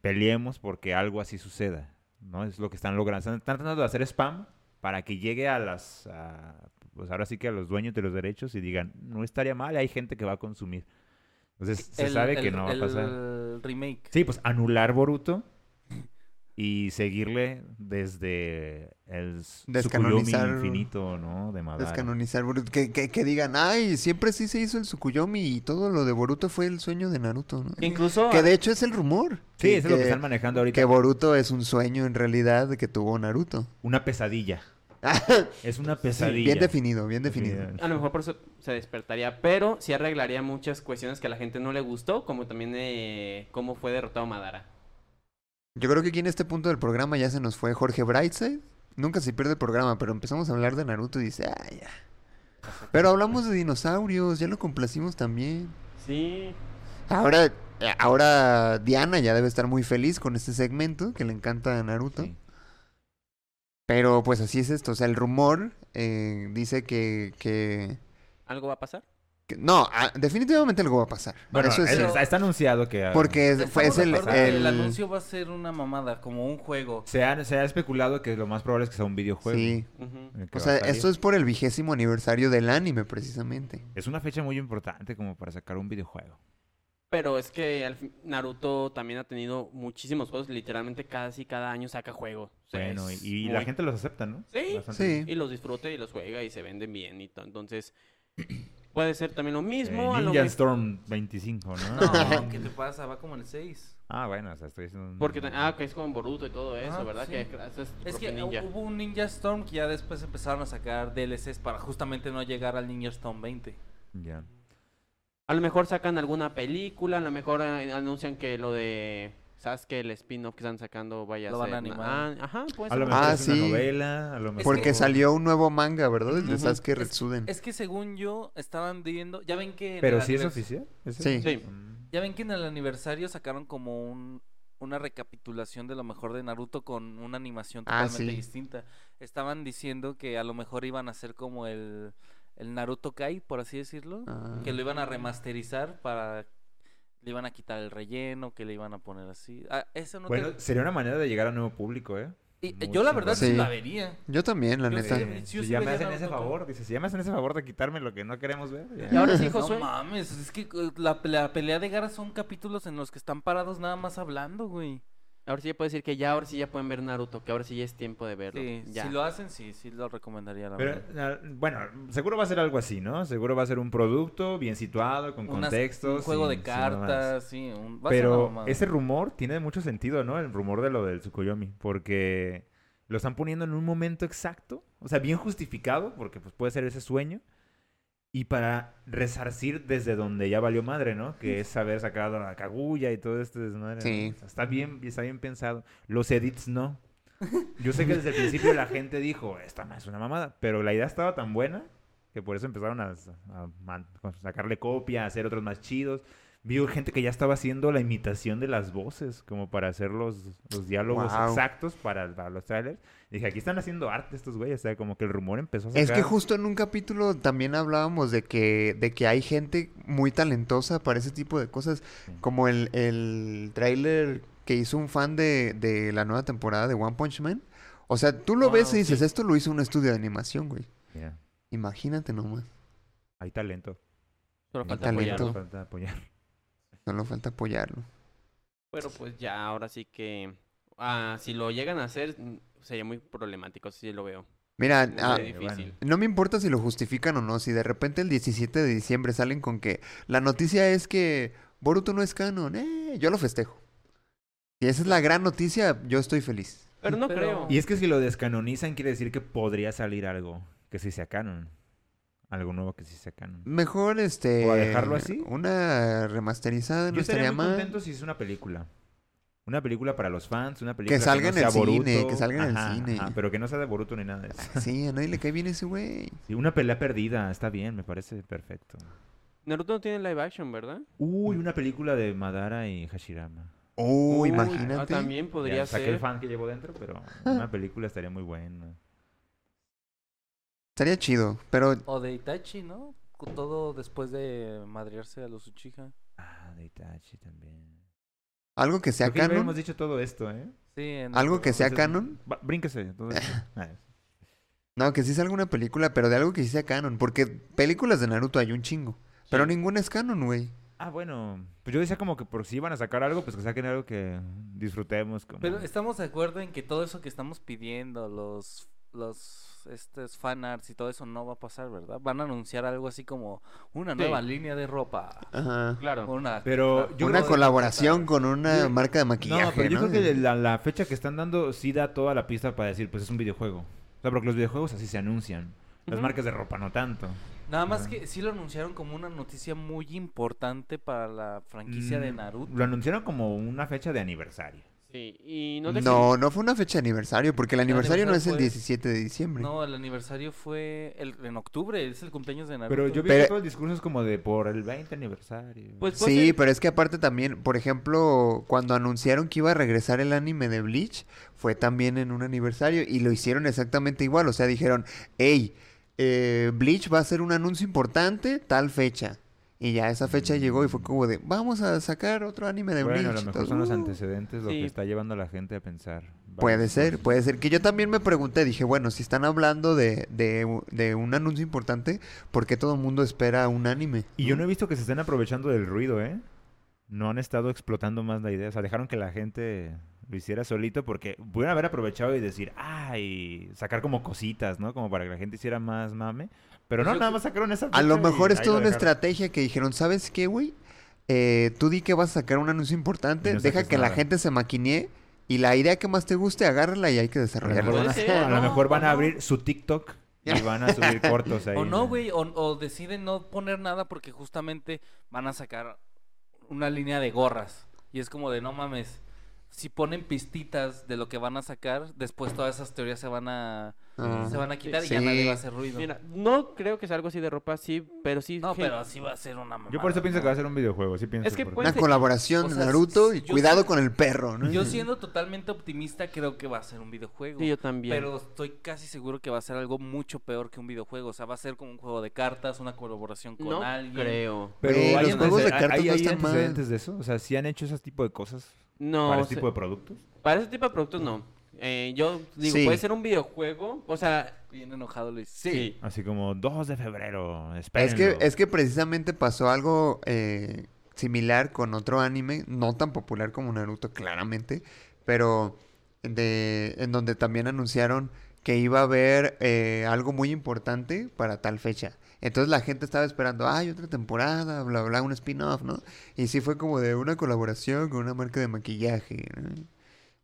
peleemos porque algo así suceda, ¿no? Es lo que están logrando. Están, están tratando de hacer spam para que llegue a las, a- pues ahora sí que a los dueños de los derechos y digan, no estaría mal, hay gente que va a consumir. Entonces, se
el-
sabe que
el-
no va a pasar.
El remake.
Sí, pues anular Boruto y seguirle desde el Tsukuyomi
Descanonizar-
infinito, ¿no? De Madara.
Descanonizar Boruto. Que, que- que digan, ay, siempre sí se hizo el Tsukuyomi y todo lo de Boruto fue el sueño de Naruto, ¿no?
Que incluso.
Que de hecho es el rumor.
Sí, eso es lo que están manejando ahorita.
Que Boruto es un sueño en realidad que tuvo Naruto.
Una pesadilla. es una pesadilla.
Bien definido, bien definido.
Definido.
A lo mejor por eso se despertaría, pero sí arreglaría muchas cuestiones que a la gente no le gustó, como también eh, cómo fue derrotado Madara.
Yo creo que aquí en este punto del programa ya se nos fue Jorge Brightside. Nunca se pierde el programa, pero empezamos a hablar de Naruto y dice, ah, ya. Pero hablamos de dinosaurios, ya lo complacimos también.
Sí.
Ahora, eh, ahora Diana ya debe estar muy feliz con este segmento que le encanta a Naruto.
Sí.
Pero pues así es esto, o sea, el rumor eh, dice que, que,
¿Algo va a pasar?
que- No, ah, definitivamente algo va a pasar.
Bueno,
Eso es...
es-
el-
está, está anunciado que... ah,
Porque es,
Estamos
fue- es
de
el,
acuerdo que el
el-
anuncio va a ser una mamada, como un juego.
Se ha, se ha especulado que lo más probable es que sea un videojuego.
Sí.
Ujú.
en el que
O
va
sea,
a salir.
esto es por el vigésimo aniversario del anime, precisamente.
Es una fecha muy importante como para sacar un videojuego.
Pero es que al fin- Naruto también ha tenido muchísimos juegos, literalmente casi cada año saca juegos. O sea,
Bueno, y,
es
y la
muy-
gente los acepta, ¿no?
Sí.
Bastante
Sí.
bien.
Y los disfruta y los juega y se venden bien y todo. Entonces, puede ser también lo
Eh,
mismo. a lo
Ninja
mejor-
Storm 25,
No, ¿qué te pasa? Va como en el 6.
Ah, bueno, o sea, estoy haciendo un-
Porque, ta- ah, que es con Boruto y todo eso,
Ajá,
¿verdad?
sí.
Que eso es, tu
Es que
propio ninja.
hu- hubo un Ninja Storm que ya después empezaron a sacar DLCs para justamente no llegar al Ninja Storm 20.
Ya.
A lo mejor sacan alguna película, a lo mejor eh, anuncian que lo de Sasuke, el spin-off que están sacando, vaya
Lo van
a ser.
a animar.
Ah, ajá, pues.
A lo mejor
Ah,
es una
sí.
novela, a lo mejor...
Porque salió un nuevo manga, ¿verdad? El de
Ujú.
Sasuke
Es-
Retsuden.
Es que según yo estaban viendo, ya ven que en
Mm. Pero
el
sí es
anivers-
oficial. ¿Es
Sí.
eso?
Sí.
Mm.
ya ven que en el aniversario sacaron como un- una recapitulación de lo mejor de Naruto con una animación
Ah,
totalmente
sí.
distinta. Estaban diciendo que a lo mejor iban a hacer como el el Naruto Kai, por así decirlo,
Ah.
que lo iban a remasterizar para le iban a quitar el relleno, que le iban a poner así. Ah, eso no te-
Bueno, sería una manera de llegar a nuevo público, ¿eh?
Y-
Muy
yo la
chingón.
verdad sí
Sí.
la vería.
Yo también, la
Yo
neta.
sí.
Eh,
yo
si ya me
vería
hacen
Naruto
ese
acá.
favor, dice, si ya me hacen ese favor de quitarme lo que no queremos ver. ya.
Y ahora sí,
No
Josué.
mames, es que eh, la, la pelea de Gara son capítulos en los que están parados nada más hablando, güey.
Ahora sí ya puedo decir que ya, ahora sí ya pueden ver Naruto, que ahora sí ya es tiempo de verlo.
Sí,
ya.
si lo hacen, sí, sí lo recomendaría, la
Pero,
verdad.
na- bueno, seguro va a ser algo así, ¿no? Seguro va a ser un producto bien situado, con
Unas-
contextos.
un juego
sin-
de
sin mamadas.
cartas, sí. Un, va a ser una
Pero
mamada.
ese rumor tiene mucho sentido, ¿no? El rumor de lo del Tsukuyomi, porque lo están poniendo en un momento exacto, o sea, bien justificado, porque pues puede ser ese sueño, Y para resarcir desde donde ya valió madre, ¿no? Que es saber sacar a la cagulla y todo este desmadre. ¿no?
Sí.
Está bien, está bien pensado. Los edits no. Yo sé que desde el principio la gente dijo, esta ma- es una mamada, pero la idea estaba tan buena que por eso empezaron a, a man- a sacarle copia, a hacer otros más chidos. Vi gente que ya estaba haciendo la imitación de las voces, como para hacer los, los diálogos
Guau.
exactos para, para los trailers. Dije, aquí están haciendo arte estos güeyes, o sea, como que el rumor empezó a sacar.
Es que justo en un capítulo también hablábamos de que, de que hay gente muy talentosa para ese tipo de cosas,
Sí.
como el, el tráiler que hizo un fan de, de la nueva temporada de One Punch Man. O sea, tú lo ves
Wow,
y dices,
sí.
esto lo hizo un estudio de animación, güey.
Mira,
Imagínate nomás,
hay talento.
Solo
Un
falta
talento.
apoyarlo.
Falta apoyar.
solo falta apoyarlo.
Pero pues ya, ahora sí que. Ah, si lo llegan a hacer, mm, sería muy problemático, si lo veo.
Mira,
Muy
ah,
eh, bueno.
difícil.
No me importa si lo justifican o no, si de repente el 17 de diciembre salen con que la noticia es que Boruto no es canon, eh, yo lo festejo. Si esa es la gran noticia, yo estoy feliz.
Pero no
Pero-
creo.
Y es que si lo descanonizan, quiere decir que podría salir algo que sí sea canon. Algo nuevo que sí sea canon.
Mejor este
¿O a dejarlo así?
una remasterizada no
Yo estaría
estaría
muy
mal.
contento si es una película. Una película para los fans, una película
Que salga en
sea
el cine,
Boruto.
que salga en el
Ajá,
cine.
ajá, pero que no sea de Boruto ni nada de eso.
Sí, a nadie le cae bien ese güey.
Sí, una pelea perdida, está bien, me parece perfecto.
Naruto no tiene live action, ¿verdad?
Uy, una película de Madara y Hashirama.
Oh,
Uy, ah,
imagínate.
también podría
Ya saqué
ser.
el fan que llevo dentro, pero una película estaría muy buena.
Estaría chido, pero
O de Itachi, ¿no? Con Todo después de madrearse a los Uchiha.
Ah, de Itachi también.
algo que sea
Creo que ya
canon,
hemos dicho todo esto, ¿eh?
Sí, en el
algo que
programa.
sea
Entonces,
canon.
va- Brínquese. todo eso. Ah, es-
No, que sí salga una película, pero de algo que sí sea canon, porque películas de Naruto hay un chingo, pero ninguna es canon, güey.
Ah, bueno. Pues yo decía como que por si iban a sacar algo, pues que saquen algo que disfrutemos. Como...
Pero estamos de acuerdo en que todo eso que estamos pidiendo, los los estos fanarts y todo eso no va a pasar, ¿verdad? Van a anunciar algo así como una
Sí.
nueva línea de ropa.
Ajá.
o
Claro.
Una,
Pero yo
una
creo-
colaboración con una
Yo-
marca de maquillaje.
No, pero yo
¿no?
creo que la, la fecha que están dando sí da toda la pista para decir, pues es un videojuego. O sea, porque los videojuegos así se anuncian. Las
Ujú.
marcas de ropa no tanto.
Nada más
Ajá.
que sí lo anunciaron como una noticia muy importante para la franquicia de
Mm,
Naruto.
Lo anunciaron como una fecha de aniversario.
Sí. Y no dejen-
No, no fue una fecha de aniversario, porque el
El
aniversario no es el
aniversario fue-
pues.
17 de diciembre.
No, el aniversario fue el, en octubre, es el cumpleaños de Naruto.
Pero yo vi
Pero-
que todo el discurso es como de por el 20 aniversario.
Pues puede
Sí,
ser-
pero es que aparte también, por ejemplo, cuando anunciaron que iba a regresar el anime de Bleach, fue también en un aniversario y lo hicieron exactamente igual. O sea, dijeron, hey, Bleach va a ser un anuncio importante tal fecha. Y ya esa fecha llegó y fue como de, vamos a sacar otro anime de
bueno, a lo
Bleach. y
mejor
todo,
son los
"Uh".
antecedentes lo
Sí.
que está llevando a la gente a pensar.
Puede
varias
ser,
cosas.
puede ser. Que yo también me pregunté, dije, bueno, si están hablando de, de, u- de un anuncio importante, ¿por qué todo el mundo espera un anime?
Y yo no he visto que se estén aprovechando del ruido, ¿eh? No han estado explotando más la idea. O sea, dejaron que la gente lo hiciera solito porque pudieran haber aprovechado y decir, ay, sacar como cositas, ¿no? Como para que la gente hiciera más mame. Pero no,
Yo-
nada más sacaron esa.
A lo
fecha y
mejor es
ahí
toda
lo
una
dejaron.
estrategia que dijeron, ¿sabes qué, güey? Eh, tú di que vas a sacar un anuncio importante,
Y no
deja
saques
que la
nada.
gente se maquinee y la idea que más te guste, agárrala y hay que
A lo mejor
desarrollarla.
van a,
Puede ser,
a lo
¿no?
mejor van
¿O
a
no?
abrir su TikTok y van a subir cortos ahí.
O no, güey, o, o deciden no poner nada porque justamente van a sacar una línea de gorras. Y es como de, no mames, si ponen pistitas de lo que van a sacar, después todas esas teorías se van a,
Ah.
se van a quitar y
Sí.
ya nadie va a hacer ruido.
Mira, no creo que sea algo así de ropa, sí, pero sí.
no,
gen-
pero así va a ser una mamada.
Yo por eso pienso
¿no?
que va a ser un videojuego, sí pienso.
Es que
porque-
puede-
Una
Pues,
colaboración
o
de
sea,
Naruto
si-
y
yo
cuidado
siento-
con el perro, ¿no?
Yo siendo totalmente optimista creo que va a ser un videojuego.
Sí, yo también.
Pero estoy casi seguro que va a ser algo mucho peor que un videojuego. O sea, va a ser como un juego de cartas, una colaboración con
no
alguien.
creo.
Pero
Güey,
hay
los juegos de
anteced- hay-
cartas
hay-
no
hay
están mal.
antecedentes de eso. O sea, sí han hecho ese tipo de cosas
No.
para
o
ese
sea,
tipo de productos.
para ese tipo de productos no. Eh, yo digo,
Sí.
puede ser un videojuego. O sea,
Bien enojado le dice,
sí.
Así como 2 de febrero.
Es que,
espérenlo.
es que precisamente pasó algo eh, similar con otro anime, no tan popular como Naruto, claramente, pero de, en donde también anunciaron que iba a haber eh, algo muy importante para tal fecha. Entonces la gente estaba esperando, hay otra temporada, bla, bla, un spin-off, ¿no? Y sí fue como de una colaboración con una marca de maquillaje. ¿no?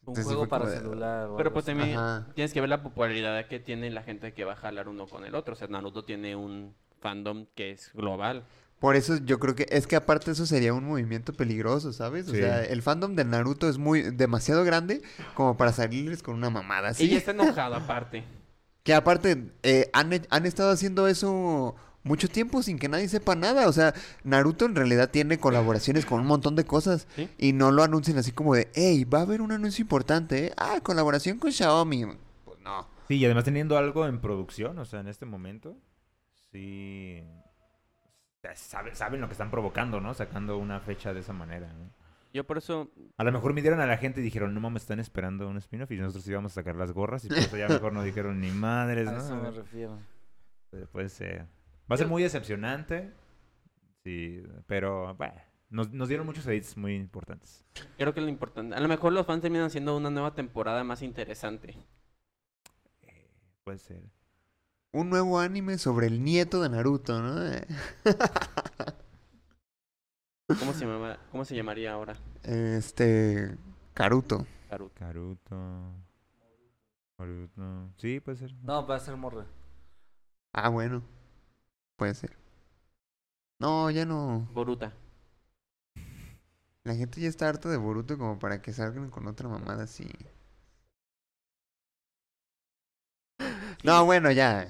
Un
Sí, sí,
juego
fue
para
como de-
celular. o
Pero
algo
pues
así.
también
Ajá.
tienes que ver la popularidad que tiene la gente que va a jalar uno con el otro. O sea, Naruto tiene un fandom que es global.
Por eso yo creo que es que aparte eso sería un movimiento peligroso, ¿sabes? O
Sí.
sea, el fandom de Naruto es muy demasiado grande como para salirles con una mamada así.
Ella está enojada aparte.
Que aparte eh, han, he- han estado haciendo eso mucho tiempo sin que nadie sepa nada. O sea, Naruto en realidad tiene colaboraciones con un montón de cosas
Sí.
y no lo anuncian así como de, hey, va a haber un anuncio importante. ¿eh? Ah, colaboración con Xiaomi. Pues no.
Sí, y además teniendo algo en producción, o sea, en este momento, sí. o sea, sabe- saben lo que están provocando, ¿no? Sacando una fecha de esa manera. ¿no?
Yo por eso
A lo mejor midieron a la gente y dijeron, no mames, están esperando un spin-off y nosotros íbamos a sacar las gorras y por eso ya mejor no dijeron ni madres,
A eso me
¿no?
refiero.
Pero Puede ser. Va a ser muy decepcionante. Sí, pero bueno, nos, nos dieron muchos edits muy importantes.
creo que es lo importante. A lo mejor los fans terminan haciendo una nueva temporada más interesante.
Eh, puede ser.
Un nuevo anime sobre el nieto de Naruto, ¿no? Eh,
¿Cómo se, llama- cómo se llamaría ahora?
Este... Karuto.
Naruto?
Caruto. Naruto. Sí, puede ser.
No, va a ser morra.
Ah, bueno. Puede ser. No, ya no.
Boruta.
La gente ya está harta de Boruto como para que salgan con otra mamada así. No, bueno, ya.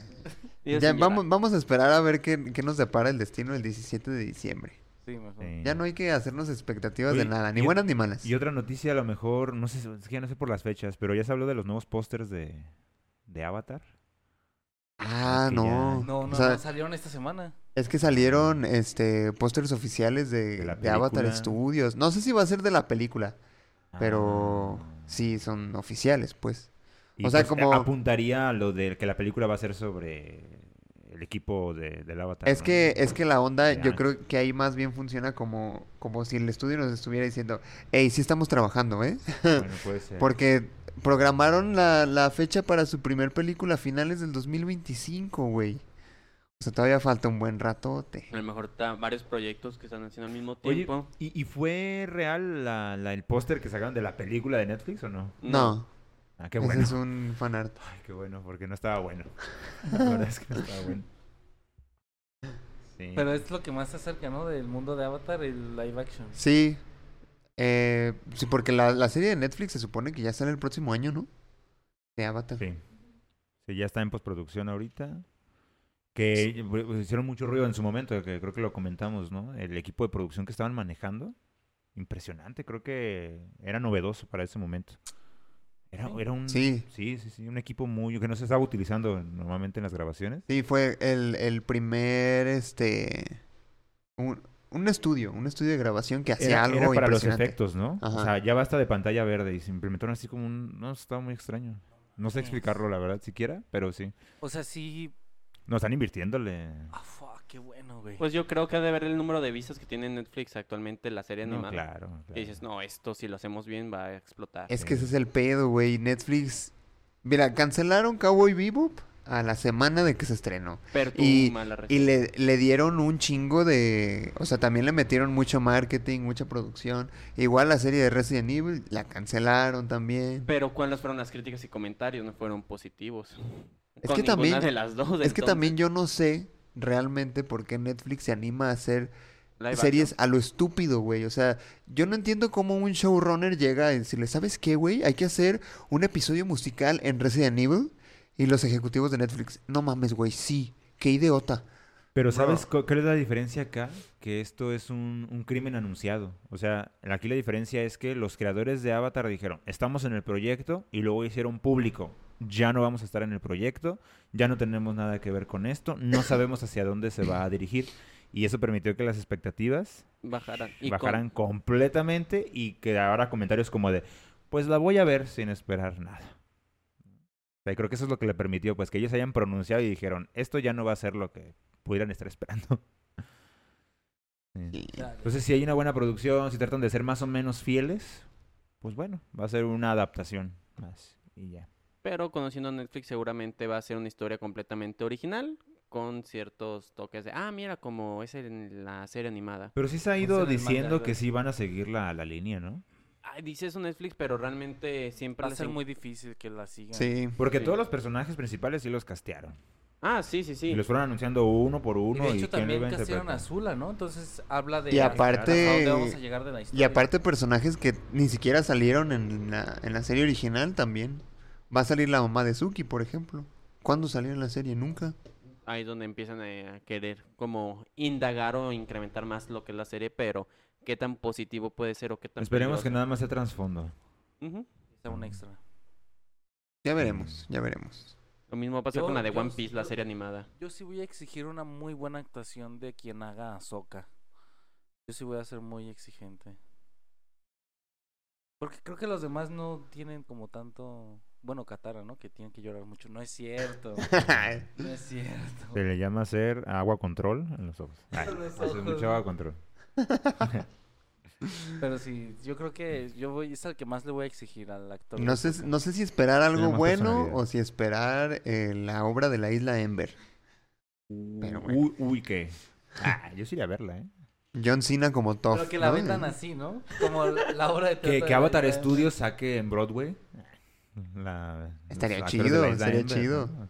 Dios
Ya,
sin llorar.
vamos, vamos a esperar a ver qué, qué nos depara el destino el 17 de diciembre.
Sí, mejor.
Sí.
Ya no hay que hacernos expectativas de
Oye,
nada, ni
y-
buenas ni malas.
Y otra noticia, a lo mejor, no sé, es que ya no sé por las fechas, pero ya se habló de los nuevos pósters de, de Avatar.
ah,
que ya-
no.
No, no,
O sea,
no, salieron esta semana.
Es que salieron este pósters oficiales de,
De la
de Avatar
película.
Studios. No sé si va a ser de la película, pero
Ah.
sí, son oficiales, pues.
Y
o sea,
pues, eh,
como-
Apuntaría a lo de que la película va a ser sobre el equipo de, del Avatar.
Es
¿no?
que, es que la onda,
Ya.
yo creo que ahí más bien funciona como, como si el estudio nos estuviera diciendo, hey, sí estamos trabajando, ¿eh?
Bueno, puede ser.
Porque programaron la, la fecha para su primer película a finales del 2025, güey. O sea, todavía falta un buen ratote.
A lo mejor ta- varios proyectos que están haciendo al mismo
Oye,
tiempo.
¿y, y fue real la, la- el póster que sacaron de la película de Netflix o no?
No,
Ah, qué
ese
bueno.
es un fanart.
Ay, qué bueno, porque no estaba bueno. La verdad es que no estaba bueno. Sí.
Pero es lo que más se acerca, ¿no? Del mundo de Avatar, el live action.
Sí. Eh, sí, porque la, la serie de Netflix se supone que ya sale el próximo año, ¿no? De Avatar.
Sí. Sí, ya está en postproducción ahorita. Que bu- bu- hicieron mucho ruido en su momento, que creo que lo comentamos, ¿no? El equipo de producción que estaban manejando. Impresionante, creo que era novedoso para ese momento. Era,
Ok.
era un,
Sí.
sí, sí, sí, un equipo muy que no se estaba utilizando normalmente en las grabaciones.
Sí, fue el, el primer, este, un, un estudio, un estudio de grabación que hacía
Era,
algo
era para los
impresionante.
efectos, ¿no?
Ajá.
O sea, ya basta de pantalla verde y se implementaron así como un... No, estaba muy extraño. No sé
Yes.
explicarlo, la verdad, siquiera, pero sí.
O sea, sí.
No, están invirtiéndole.
Ah, fuck, qué bueno, güey.
Pues yo creo que ha de ver el número de vistas que tiene Netflix actualmente la serie
No,
animada.
claro,
Y
claro.
dices, no, esto si lo hacemos bien va a explotar.
Es que
Sí.
ese es el pedo, güey. Netflix. Mira, cancelaron Cowboy Bebop a la semana de que se estrenó.
Pero tú
y-
mala reseña.
Y le, le dieron un chingo de. O sea, también le metieron mucho marketing, mucha producción. Igual la serie de Resident Evil la cancelaron también.
Pero cuáles fueron las críticas y comentarios, no fueron positivos.
Es
Con
que también-
ninguna de las dos.
Es que también yo no sé realmente por qué Netflix se anima a hacer series a lo estúpido, güey. O sea, yo no entiendo cómo un showrunner llega y decirle, ¿sabes qué, güey? Hay que hacer un episodio musical en Resident Evil y los ejecutivos de Netflix. No mames, güey, sí. Qué idiota.
Pero
Bro.
¿sabes cu- cuál es la diferencia acá? Que esto es un, un crimen anunciado. O sea, aquí la diferencia es que los creadores de Avatar dijeron, estamos en el proyecto y luego hicieron público. Ya no vamos a estar en el proyecto, ya no tenemos nada que ver con esto, no sabemos hacia dónde se va a dirigir. Y eso permitió que las expectativas
bajaran. Y con-
bajaran completamente y que ahora comentarios como de, pues la voy a ver sin esperar nada. O sea, creo que eso es lo que le permitió, pues que ellos hayan pronunciado y dijeron, esto ya no va a ser lo que pudieran estar esperando. Sí.
Dale.
Entonces, si hay una buena producción, si tratan de ser más o menos fieles, pues bueno, va a ser una adaptación más y ya.
Pero conociendo a Netflix seguramente va a ser una historia completamente original con ciertos toques de, ah, mira, como es en la serie animada.
Pero sí se ha
Pues
ido
en el manga,
diciendo
¿no?
que sí van a seguir la, la línea, ¿no?
Ay, dice eso Netflix, pero realmente siempre
va a
les
ser
en-
muy difícil que la sigan.
Sí.
Porque
Sí.
todos los personajes principales sí los castearon.
Ah, sí, sí, sí.
Y los fueron anunciando uno por
Y
uno.
de hecho
quién lo iba
también
a
castigaron a
interpretar.
Zula, ¿no? Entonces habla de
Y
hasta- hasta
aparte-
dónde vamos a llegar de la
Y
historia.
aparte personajes que ni siquiera salieron en la, en la serie original también. Va a salir la mamá de Suki, por ejemplo. ¿Cuándo salió en la serie? Nunca.
Ahí es donde empiezan eh, a querer como indagar o incrementar más lo que es la serie, pero qué tan positivo puede ser o qué tan
Esperemos que
peligroso.
nada más sea trasfondo.
Ujú.
Está un extra.
Ya veremos, ya veremos.
Lo mismo va a pasar
Yo-
con la de
yo
One
s-
Piece, la
yo-
serie animada.
Yo sí voy a exigir una muy buena actuación de quien haga a Ahsoka. Yo sí voy a ser muy exigente. Porque creo que los demás no tienen como tanto... Bueno, Katara, ¿no? Que tienen que llorar mucho. No es cierto. No es cierto.
Se le llama hacer agua control en los ojos. Ay,
En los
hace
ojos,
mucho
¿no?
agua control.
Pero sí, yo creo que yo voy, es al que más le voy a exigir al actor. de
No sé,
Ahsoka.
no sé si esperar algo
Tiene más
bueno
personalidad.
o si esperar eh, la obra de la isla Ember. Pero bueno.
Uy, uy, ¿qué? Ah, yo sí iría a verla, ¿eh?
John Cena como Toph.
Pero que la
¿no?
vendan así, ¿no? Como la obra de
Que,
teatro
que
de
Avatar
Raya.
Studios saque en Broadway. la- los
Estaría
actores de
chido,
la isla
estaría
Ember,
chido.
¿no?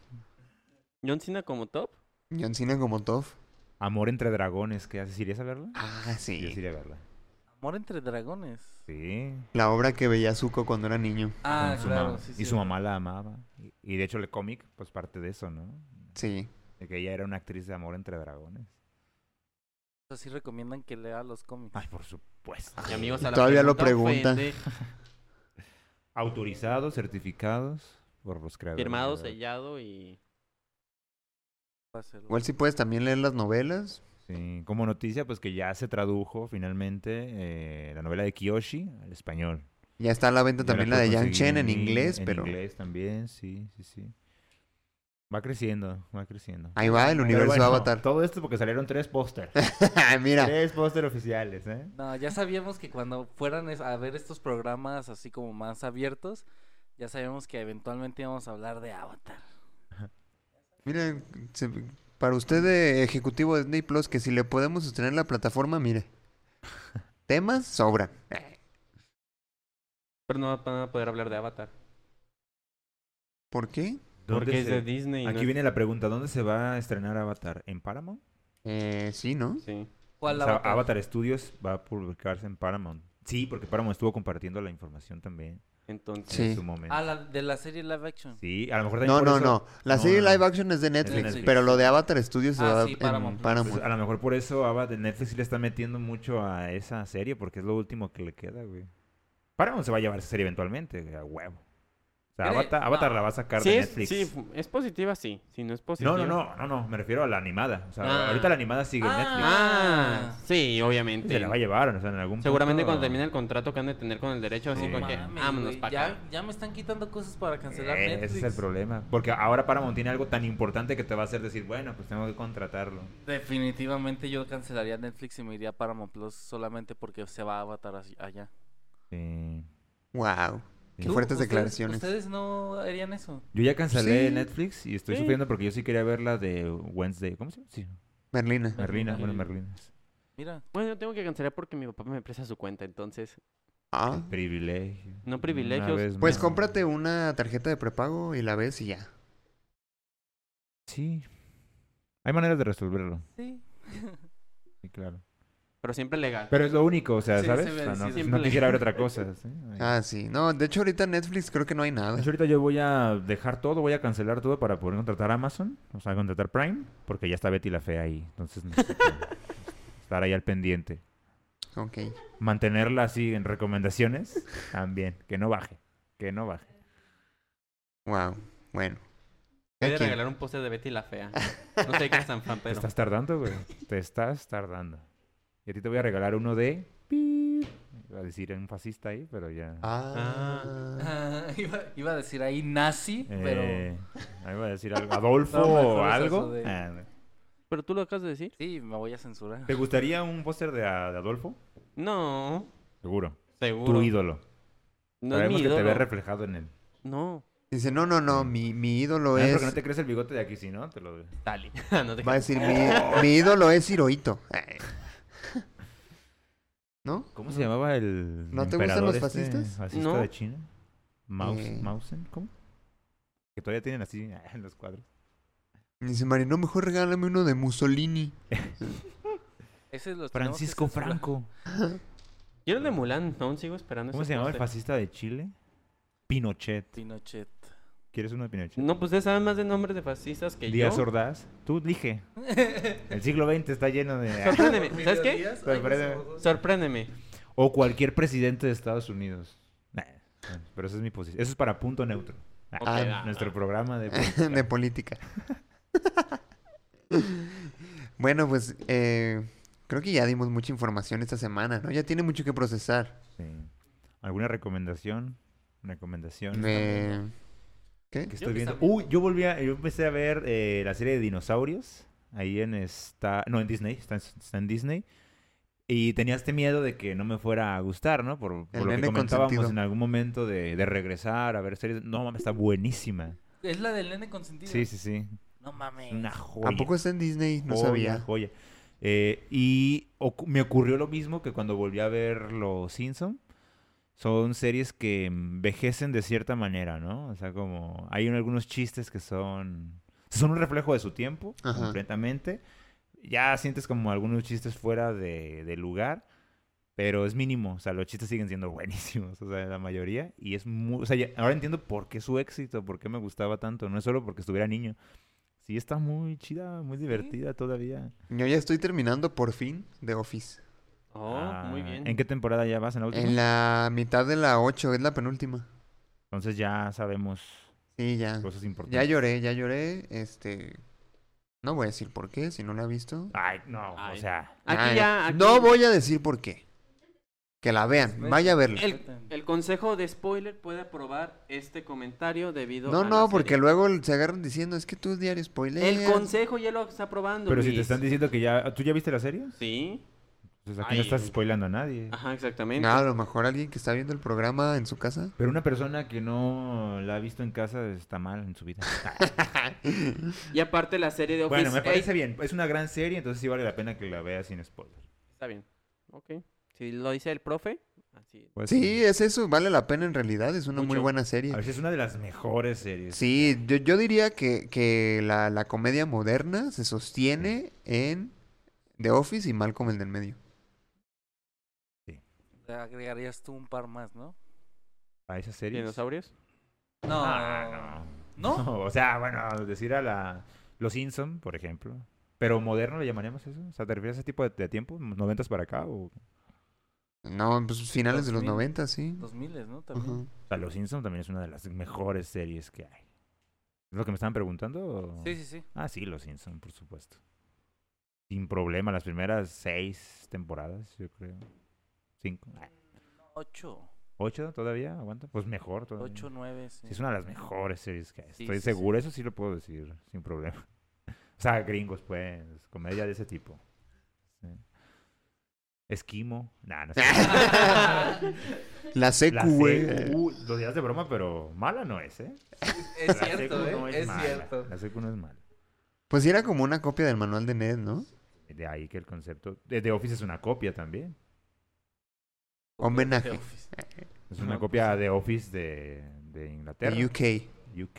John Cena como top.
John Cena como Toph.
Amor entre dragones, ¿qué haces? ¿Irías a verla?
Ah,
Yo sí
sí.
iría a verla.
Amor entre dragones.
Sí.
La obra que veía Zuko cuando era niño.
Ah,
con su
claro.
mamá.
Sí,
y
sí.
su mamá la amaba. Y, y de hecho el cómic, pues parte de eso, ¿no?
Sí.
De que ella era una actriz de amor entre dragones.
Así recomiendan que lea los cómics.
Ay, por supuesto.
Y amigos, a la
Todavía lo
pregunta
pregunta.
ofende,
Autorizados, certificados por los creadores.
firmado,
¿verdad?
sellado y...
Va a ser-
Igual si puedes también leer las novelas.
Sí, como noticia, pues que ya se tradujo finalmente eh, la novela de Kiyoshi al español.
Ya está a la venta
Ya
también la de
puedes
Yang
conseguir
Chen en inglés,
en
pero
inglés también, sí, sí, sí. Va creciendo, va creciendo.
ahí va el
Pero
universo
bueno,
Avatar.
Todo esto porque salieron tres póster.
Mira,
tres póster oficiales, ¿eh?
No, ya sabíamos que cuando fueran es- a ver estos programas así como más abiertos, ya sabíamos que eventualmente íbamos a hablar de Avatar.
mira, se- para usted eh, ejecutivo de Disney Plus, que si le podemos sostener la plataforma, mire. Temas sobran. Eh,
Pero no van a poder hablar de Avatar.
¿Por qué?
¿Dónde
Porque es
se-
de Disney. no
Aquí
es-
viene la pregunta, ¿dónde se va a estrenar Avatar? ¿En Paramount?
Eh, sí, ¿no?
Sí.
¿Cuál
O sea,
Avatar?
Avatar Studios va a publicarse en Paramount. Sí, porque Paramount estuvo compartiendo la información también
Entonces,
Sí.
en su momento.
Ah, la de la serie live action.
¿eh? Sí, a lo mejor también
No,
por
no,
eso-
no. La
No,
serie
no, no.
live action es de Netflix,
Netflix.
pero lo de Avatar Studios se
Ah,
va
sí,
en
Paramount.
Pues, a lo mejor por eso Avatar Netflix sí le está metiendo mucho a esa serie porque es lo último que le queda, güey. Paramount se va a llevar esa serie eventualmente, güey, a huevo. O sea,
Creo-
Avatar, Avatar
no.
la va a sacar
Sí
de
es,
Netflix.
sí, es positiva, sí. Si no es positiva.
no, no, no, no, no, me refiero a la animada. O sea,
Ah.
ahorita la animada sigue en
Ah.
Netflix.
Ah, sí, obviamente.
Se la va a llevar, o sea, en algún
Seguramente
punto-
cuando termine el contrato que han de tener con el derecho, así
Sí.
como que,
Mames,
vámonos
güey,
para acá.
ya, ya me están quitando cosas para cancelar
Eh,
Netflix.
ese es el problema. Porque ahora Paramount tiene algo tan importante que te va a hacer decir, bueno, pues tengo que contratarlo.
Definitivamente yo cancelaría Netflix y me iría a Paramount Plus solamente porque se va a Avatar así- allá.
Sí.
Wow. Qué
¿Tú?
fuertes
¿Ustedes-
declaraciones.
¿Ustedes no harían eso?
Yo ya cancelé
Sí.
Netflix y estoy
Sí.
sufriendo porque yo sí quería ver la de Wednesday. ¿Cómo se llama? Sí.
Merlina.
Merlina,
Merlina.
bueno, Merlinas.
Mira,
Bueno, yo tengo que cancelar porque mi papá me presta su cuenta, entonces.
Ah.
Privilegio.
No privilegios.
Una vez
Pues
más.
cómprate una tarjeta de prepago y la ves y ya.
Sí. Hay maneras de resolverlo.
sí.
Sí, claro.
Pero siempre legal.
Pero es lo único, o sea,
Sí,
¿sabes?
sí,
O sea, no,
sí,
no
sí.
quisiera ver otra cosa. ¿sí? Ay.
Ah, sí. No, de hecho ahorita en Netflix creo que no hay
De
nada.
hecho, ahorita yo voy a dejar todo, voy a cancelar todo para poder contratar Amazon, o sea, contratar Prime, porque ya está Betty la Fea ahí. Entonces, necesito estar ahí al pendiente.
Ok.
Mantenerla así en recomendaciones también, que no baje, que no baje.
Wow. Bueno.
Voy a
Cada quien.
regalar un póster de Betty la Fea. No sé qué es tan fan,
Te
pero.
estás tardando, güey. Te estás tardando. Y a ti te voy a regalar uno de... pi. Iba a decir un fascista ahí, pero ya...
Ah.
Ah, iba, iba a decir ahí nazi, pero...
Eh, ahí iba a decir algo. Adolfo
No, mejor
o
es
algo.
eso de-
Ah, no.
Pero tú lo acabas de decir.
Sí, me voy a censurar.
¿Te gustaría un póster de, a- de Adolfo?
No.
Seguro.
Seguro.
Tu ídolo.
No es mi
Sabemos que te
ídolo.
ves reflejado en él.
No.
Dice, no, no,
Ah.
no, mi, mi ídolo
Nada más
es...
porque no te crees el bigote de aquí, si no, te lo...
Dale. no te
Va a
creas.
decir, mi, mi ídolo es Hirohito. Ah, Ay. ¿No?
¿Cómo se llamaba el
¿No te gustan los
emperador este?
fascistas?
fascista
No.
de China? Maus,
Eh.
Mausen, ¿cómo? Que todavía tienen así ah, en los cuadros.
Y dice Mario, no, mejor regálame uno de Mussolini.
Ese lo tenemos que
Francisco
censurar.
Franco.
Yo era el de Mulan, aún sigo esperando.
¿Cómo
ese
se llamaba el
póster.
fascista de Chile? Pinochet.
Pinochet.
¿Quieres uno de Pinochet?
No, pues ustedes saben más de nombres de fascistas que
Díaz
yo.
Ordaz. Tú dije. El siglo XX está lleno de...
Sorpréndeme. ¿Sabes qué?
Sorpréndeme.
Sorpréndeme.
O cualquier presidente de Estados Unidos. Nah, bueno, pero esa es mi posición. Eso es para punto neutro. Ah,
Ok,
Ah,
va.
Nuestro programa de...
de política. bueno, pues eh, creo que ya dimos mucha información esta semana, ¿no? Ya tiene mucho que procesar.
Sí. ¿Alguna recomendación? ¿Recomendación?
Me- Eh, ¿Qué?
que
que
estoy viendo.
estaba-
Uy, yo volví a, yo empecé a ver eh, la serie de dinosaurios ahí en esta, no en Disney, está, en- está en Disney. Y tenía este miedo de que no me fuera a gustar, ¿no? Por, por
El
lo que
nene
comentábamos
consentido.
en algún momento de, de regresar a ver series. No, mames, está buenísima.
Es la del nene consentido.
Sí, sí, sí.
No mames.
Es una joya.
¿Tampoco está en Disney? No
Joya,
sabía.
joya. Eh, y ocu- me ocurrió lo mismo que cuando volví a ver Los Simpson. Son series que envejecen de cierta manera, ¿no? O sea, como hay un- algunos chistes que son son un reflejo de su tiempo
Ajá.
completamente. Ya sientes como algunos chistes fuera de, de lugar, pero es mínimo. O sea, los chistes siguen siendo buenísimos, o sea, la mayoría. Y es muy... O sea, ya- ahora entiendo por qué su éxito, por qué me gustaba tanto. No es solo porque estuviera niño. Sí, está muy chida, muy divertida todavía.
Yo ya estoy terminando por fin de Office.
Oh, muy
Ah,
bien.
¿En qué temporada ya vas? ¿En la última?
En la mitad de la 8, es la penúltima.
Entonces ya sabemos
Sí, ya.
cosas importantes.
Ya lloré, ya lloré. Este. No voy a decir por qué, si no la ha visto.
Ay, no,
Ay.
o sea...
Aquí
Ah,
ya. aquí- Pues,
No voy a decir por qué. Que la vean, vaya a verla.
El, el consejo de spoiler puede aprobar este comentario debido a.
No,
la
no, porque
serie.
luego se agarran diciendo, es que tú diario spoileas.
El consejo ya lo está aprobando.
Pero si te
Luis.
están diciendo que ya... ¿Tú ya viste la serie?
Sí.
Entonces aquí
Ay.
no estás spoilando a nadie.
Ajá, exactamente.
No, a lo mejor alguien que está viendo el programa en su casa.
Pero una persona que no la ha visto en casa está mal en su vida. Ah,
Y aparte la serie de Office.
bueno, me
Ey,
parece bien. Es una gran serie, entonces sí vale la pena que la veas sin spoiler.
Está bien. Ok. Si lo dice el profe, así.
Pues,
Sí, es eso, vale la pena en realidad, es una muy
Mucho.
buena
A
serie.
ver si es una de las mejores series.
Sí, yo, yo diría que, que la, la comedia moderna se sostiene en The Office y Malcolm el del medio.
Le agregarías tú un par más, ¿no?
A esas series.
¿Dinosaurios?
No.
Ah,
¿No?
O sea, bueno, decir a la... Los Simpson, por ejemplo. Pero moderno le llamaríamos eso. O sea, ¿te refieres a ese tipo de, de tiempo? ¿Noventas para acá? O... o
No, pues finales de los
2000.
90, sí.
2000, ¿no?
Ajá.
También.
sea, Los Simpson también es una de las mejores series que hay. ¿Es lo que me estaban preguntando? o-
Sí, sí, sí.
Ah, sí, Los Simpson, por supuesto. Sin problema, las primeras seis temporadas, yo creo. Cinco. ah,
8.
¿Ocho todavía? ¿Aguanta? Pues mejor todavía.
8, 9. Sí.
Sí, es una de las mejores series que hay.
Sí,
Estoy
sí, sí.
seguro, eso sí lo puedo decir, sin problema. O sea, gringos, pues, comedia de ese tipo. Sí. Esquimo. Nah, no sé.
La
La
secu, güey.
secu, lo dirás de broma, pero mala no es, ¿eh?
Es
La secu no mala,
cierto.
La secu no es mala.
Pues sí era como una copia del manual de Ned, ¿no?
De ahí que el concepto... de The Office es una copia también.
Homenaje.
The Office.
Es una
No,
copia de Office de, de Inglaterra.
De UK.
UK.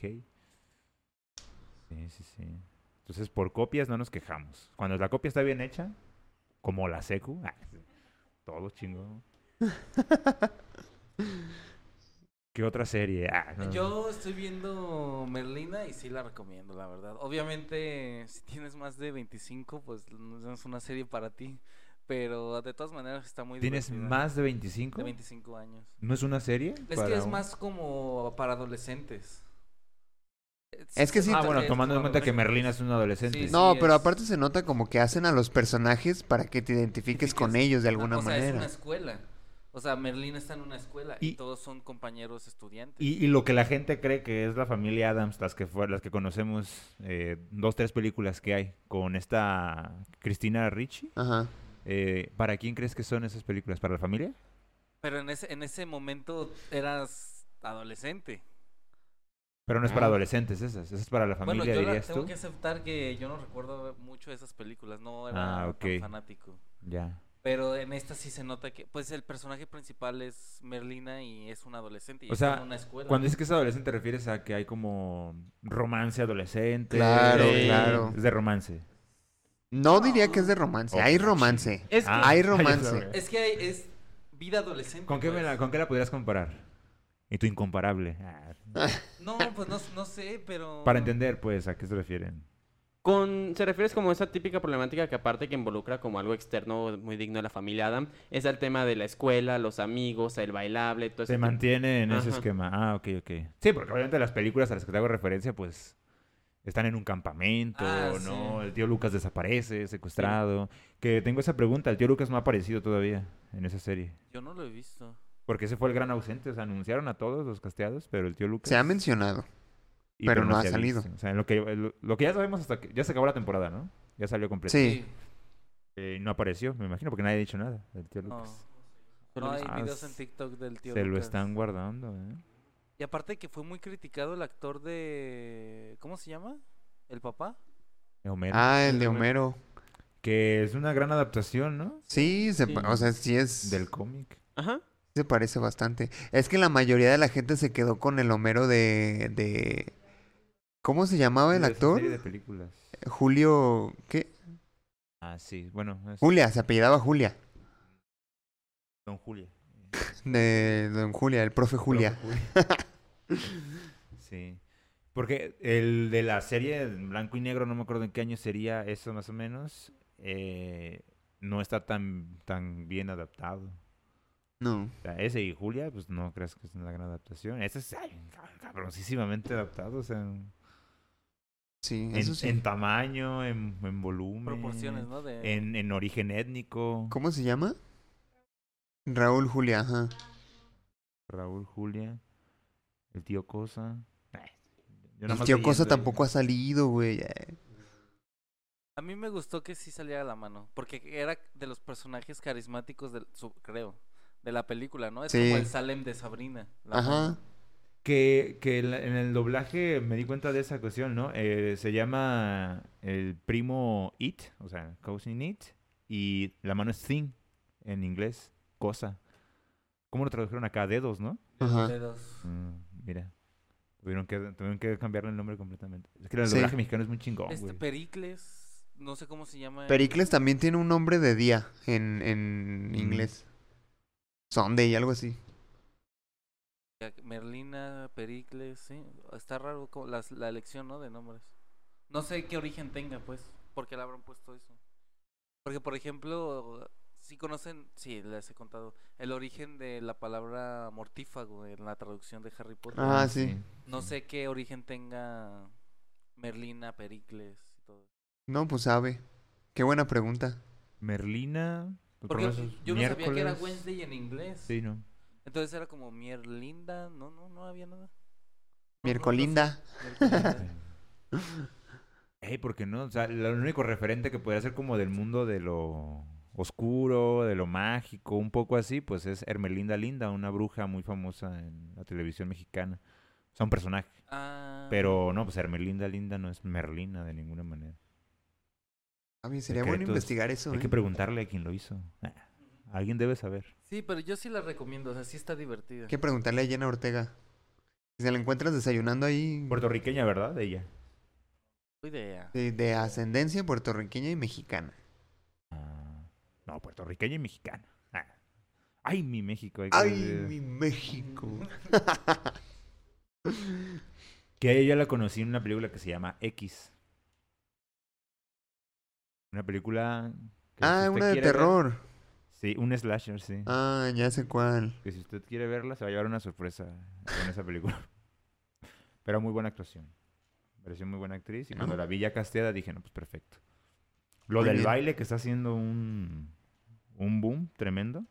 Sí, sí, sí. Entonces, por copias no nos quejamos. Cuando la copia está bien hecha, como la secu, ah, sí, todo chingo. ¿Qué otra serie? Ah, no.
Yo estoy viendo Merlina y sí la recomiendo, la verdad. Obviamente, si tienes más de 25, pues no es una serie para ti. Pero de todas maneras está muy
¿Tienes
divertida.
más de 25?
de 25 años.
¿No es una serie?
Es que
Para
es
un-
más como para adolescentes.
Es que sí,
Ah,
t-
bueno,
es
tomando en
como
cuenta que Merlina es
adolescentes.
un adolescente.
Sí,
No, pero
es-
aparte se nota como que hacen a los personajes para que te identifiques con
Identifiques.
ellos de alguna
Ah, o sea, es una
manera.
escuela. O sea, Merlina está en una escuela y,
Y-
todos son compañeros estudiantes.
Y, y lo que la gente cree que es la familia Adams, las que fue, las que conocemos, eh, dos, tres películas que hay con esta Cristina Ricci.
Ajá.
eh, ¿Para quién crees que son esas películas? ¿Para la familia?
Pero en ese, en ese momento eras adolescente.
Pero no es para
Ah.
adolescentes esas, esas es para la familia,
bueno, yo la-
dirías
tengo
tú.
que aceptar que yo no recuerdo mucho de esas películas. No era
Ah, ok.
tan fanático.
Ya.
Pero en esta sí se nota que, pues el personaje principal es Merlina y es un adolescente y
O
está
sea,
en una escuela.
Cuando dices que es adolescente, te refieres a que hay como romance adolescente.
Claro,
Sí.
claro.
Es de romance.
No diría que es de romance.
Oh,
Hay
sí.
romance.
Es que-
hay
Ah, ya
romance.
sabía.
Es que hay- es vida adolescente.
¿Con qué, me
pues.
la, ¿Con qué la podrías comparar? Y tu incomparable. Ah,
No, pues no, no sé, pero...
Para entender, pues, a qué se refieren.
Con, se refieres como a esa típica problemática que aparte que involucra como algo externo muy digno de la familia Adam, es el tema de la escuela, los amigos, el bailable, todo
Se
ese
mantiene en ese
Ajá.
esquema. Ah, ok, ok. Sí, porque obviamente las películas a las que te hago referencia, pues, están en un campamento,
Ah,
¿no?
sí.
El tío Lucas desaparece, secuestrado. Que tengo esa pregunta, el tío Lucas no ha aparecido todavía en esa serie.
Yo no lo he visto.
Porque ese fue el gran ausente, o sea, anunciaron a todos los casteados, pero el tío Lucas...
Se ha mencionado.
y-
pero no ha
se
salido.
visto. O sea, en lo que, lo, lo que ya sabemos hasta que... Ya se acabó la temporada, ¿no? Ya salió completo.
Sí.
Eh, no apareció, me imagino, porque nadie ha dicho nada del tío
No.
Lucas.
No, hay
Ah,
videos en
s-
TikTok del tío
se lo
Lucas.
están guardando, ¿eh?
Y aparte que fue muy criticado el actor de... ¿Cómo se llama? ¿El papá?
Homero.
Ah, el de Homero.
Que es una gran adaptación, ¿no?
Sí, se
Sí.
pa- o sea, sí es.
Del cómic.
Ajá.
Se parece bastante. Es que la mayoría de la gente se quedó con el Homero de. de... ¿Cómo se llamaba el
De esa
actor?
serie de películas.
Julio. ¿Qué?
Ah, sí. Bueno, es
Julia, se apellidaba Julia.
Don Julia.
De Don Julia, el profe Julia.
sí. Porque el de la serie en blanco y negro, no me acuerdo en qué año sería eso más o menos, eh, no está tan, tan bien adaptado.
No.
O sea, ese y Julia, pues no creas que es una gran adaptación. Ese es ay, cab- cabroncísimamente adaptado, o sea, en,
Sí, eso
en-
sí.
en tamaño, en, en volumen,
Proporciones, ¿no? De...
en, en origen étnico.
¿Cómo se llama? Raúl Julia, ajá.
Raúl, Julia, el tío Cosa. Ay, yo nada
El
más
tío
leyendo
Cosa
ahí.
tampoco ha salido, güey.
A mí me gustó que sí saliera a la mano, porque era de los personajes carismáticos, del, su- creo, de la película, ¿no? Es
Sí.
como el Salem de Sabrina. la mano.
Ajá.
Que, que en la- en el doblaje me di cuenta de esa cuestión, ¿no? Eh, se llama el primo It, o sea, Cousin It, y la mano es Thing en inglés, cosa. ¿Cómo lo tradujeron acá? Dedos, ¿no?
Ajá.
Dedos.
Mm, mira. Tuvieron que, tuvieron que cambiarle el nombre completamente. Es que el
Sí.
doblaje mexicano es muy chingón,
Este
güey.
Pericles, no sé cómo se llama.
Pericles también tiene un nombre de día en, en
Mm.
inglés. Sunday, algo así.
Merlina, Pericles, sí. Está raro como las- la elección, ¿no? De nombres. No sé qué origen tenga, pues. ¿Por qué le habrán puesto eso? Porque, por ejemplo, si conocen, sí, les he contado, el origen de la palabra mortífago en la traducción de Harry Potter.
Ah, sí.
No sé qué origen tenga Merlina, Pericles y todo. eso.
No, pues sabe. Qué buena pregunta.
Merlina. pues, por
Porque
lo
yo,
menos
yo no sabía que era
miércoles.
Wednesday en inglés.
Sí, no.
Entonces era como Mierlinda, no, no, no había nada. No, no, no sé.
Miercolinda.
Miercolinda.
Ey, ¿por qué no? O sea, lo único referente que podría ser como del mundo de lo oscuro, de lo mágico, un poco así, pues es Hermelinda Linda, una bruja muy famosa en la televisión mexicana. O sea, un personaje.
Ah,
Pero no, pues Hermelinda Linda no es Merlina de ninguna manera.
A mí sería bueno
Secretos.
investigar eso.
Hay que
¿eh?
preguntarle a quien lo hizo. Ah, Alguien debe saber.
Sí, pero yo sí la recomiendo, o sea, sí está divertida.
Hay que preguntarle a Jenna Ortega. Si se la encuentras desayunando ahí
Puertorriqueña, ¿verdad? Ella.
Uy, de ella.
de, de ascendencia puertorriqueña y mexicana.
Ah, no, puertorriqueña y mexicana. Ah. Ay, mi México. hay que-
¡Ay, mi México!
Que a ella la conocí en una película que se llama X. Una película. que si
ah,
usted
una de
quiere ver-
terror.
sí, un slasher, sí.
Ah, ya sé cuál.
Que si usted quiere verla, se va a llevar una sorpresa con esa película. Pero muy buena actuación. Pareció muy buena actriz. Y cuando la vi ya casteada, dije, no, pues perfecto. Lo
Ah. Muy
del
bien.
baile que está haciendo un, un boom tremendo.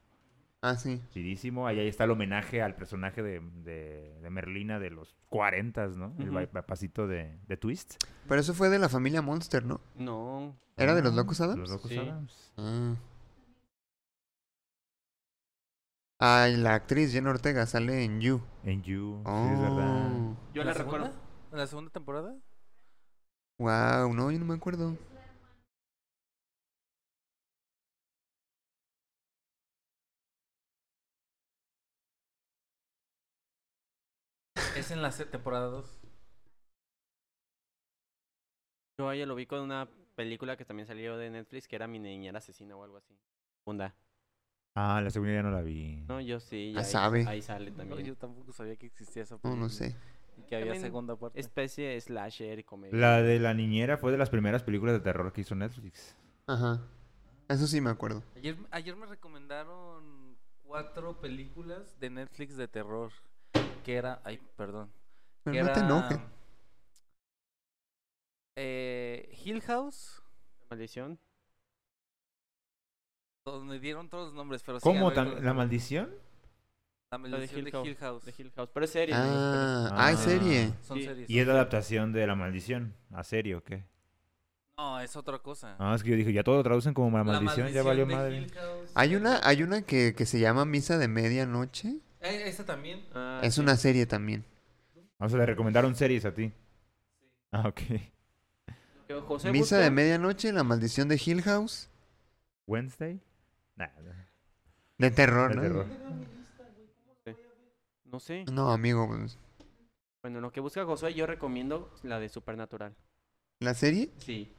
Ah, sí.
Chidísimo. Ahí, ahí está el homenaje al personaje de, de- de Merlina de los 40, ¿no? El
Ujú.
ba- pasito de, de Twist.
Pero eso fue de la familia Monster, ¿no?
No.
¿Era de los
Ah,
Locos Adams?
Los Locos
Sí.
Adams.
Ah. Ah, y la actriz Jenna Ortega sale en You.
En You. Sí, es verdad.
Oh,
Yo la, recuerdo.
segunda? ¿En la segunda temporada?
wow, no, yo no me acuerdo.
Es en la se- temporada 2.
Yo ayer lo vi con una película que también salió de Netflix que era Mi niñera asesina o algo así. Funda.
Ah, la segunda ya no la vi.
No, yo sí.
Ah,
ahí,
sabe.
ahí sale
No,
también.
yo tampoco sabía que existía esa
No, no
película
sé.
Y que había
También
segunda parte.
Especie de slasher y comedia.
La de la niñera fue de las primeras películas de terror que hizo Netflix.
Ajá. Eso sí me acuerdo.
Ayer, ayer me recomendaron cuatro películas de Netflix de terror. Que era. Ay, perdón. que
Pero no te
era,
enojes.
eh, Hill House.
Maldición.
Donde dieron todos los nombres, pero sí ganó
¿Cómo?
el
tam- ¿La
corazón.
maldición?
La maldición de Hill House.
De Hill House. Pero es serie. ¿no?
Ah, ah, es
Ah.
serie.
Son
Sí.
series.
Y es la adaptación de la maldición. ¿A serio o qué?
No, es otra cosa.
Ah, es que yo dije, ya todo lo traducen como la
La
maldición, ya valió
de
madre.
Hill House.
Hay una, hay una que, que se llama Misa de Medianoche.
Eh, esta también.
Ah,
Es
sí.
una serie también.
Vamos a le recomendaron series a ti. Ah, ok.
Que José
Misa
busca-
de Medianoche, La Maldición de Hill House.
¿Wednesday? Nah, no,
De terror,
es
Ah, ¿no?
terror.
No sé.
No, amigo. pues,
Bueno, lo que busca Josué, yo recomiendo la de Supernatural.
¿La serie?
Sí.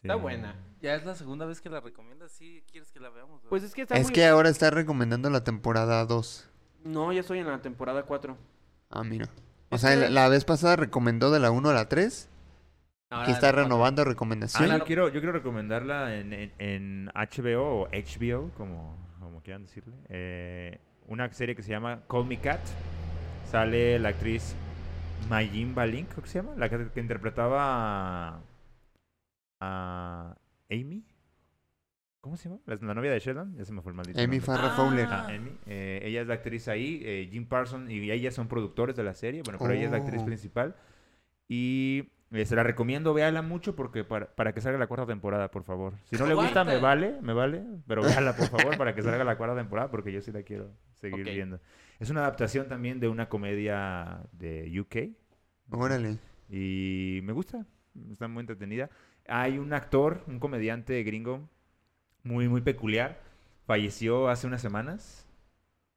Sí.
Está buena.
Ya es la segunda vez que la recomiendas. Sí, quieres que la veamos.
Pues
Pues
es que está
Es
muy-
que ahora está recomendando la temporada 2.
No, yo estoy en la temporada 4.
Ah, mira. O
Es
sea,
que
la,
hay-
la vez pasada recomendó de la 1 a la 3. Aquí está renovando
Ah,
recomendación.
Claro.
yo, quiero, yo quiero recomendarla en, en- en HBO o HBO, como, como quieran decirle. Eh, una serie que se llama Call Me Cat. Sale la actriz Majin Balin, creo que se llama. La que, que interpretaba a, a Amy. ¿Cómo se llama? La, la novia de Sheldon. Ya se me fue el maldito
Amy
nombre.
Farrah
Ah.
Fowler.
Ah, Amy. Eh, ella es la actriz ahí, eh, Jim Parsons y ella son productores de la serie, bueno, pero ella es la actriz
Oh.
principal. Y eh, se la recomiendo, véala mucho porque para, para que salga la cuarta temporada, por favor. Si no le gusta, me
Aguanta.
vale, me vale, pero véala, por favor, para que salga la cuarta temporada porque yo sí la quiero seguir
Ok.
viendo. Es una adaptación también de una comedia de UK
Órale.
y me gusta, está muy entretenida. Hay un actor, un comediante gringo muy, muy peculiar, falleció hace unas semanas,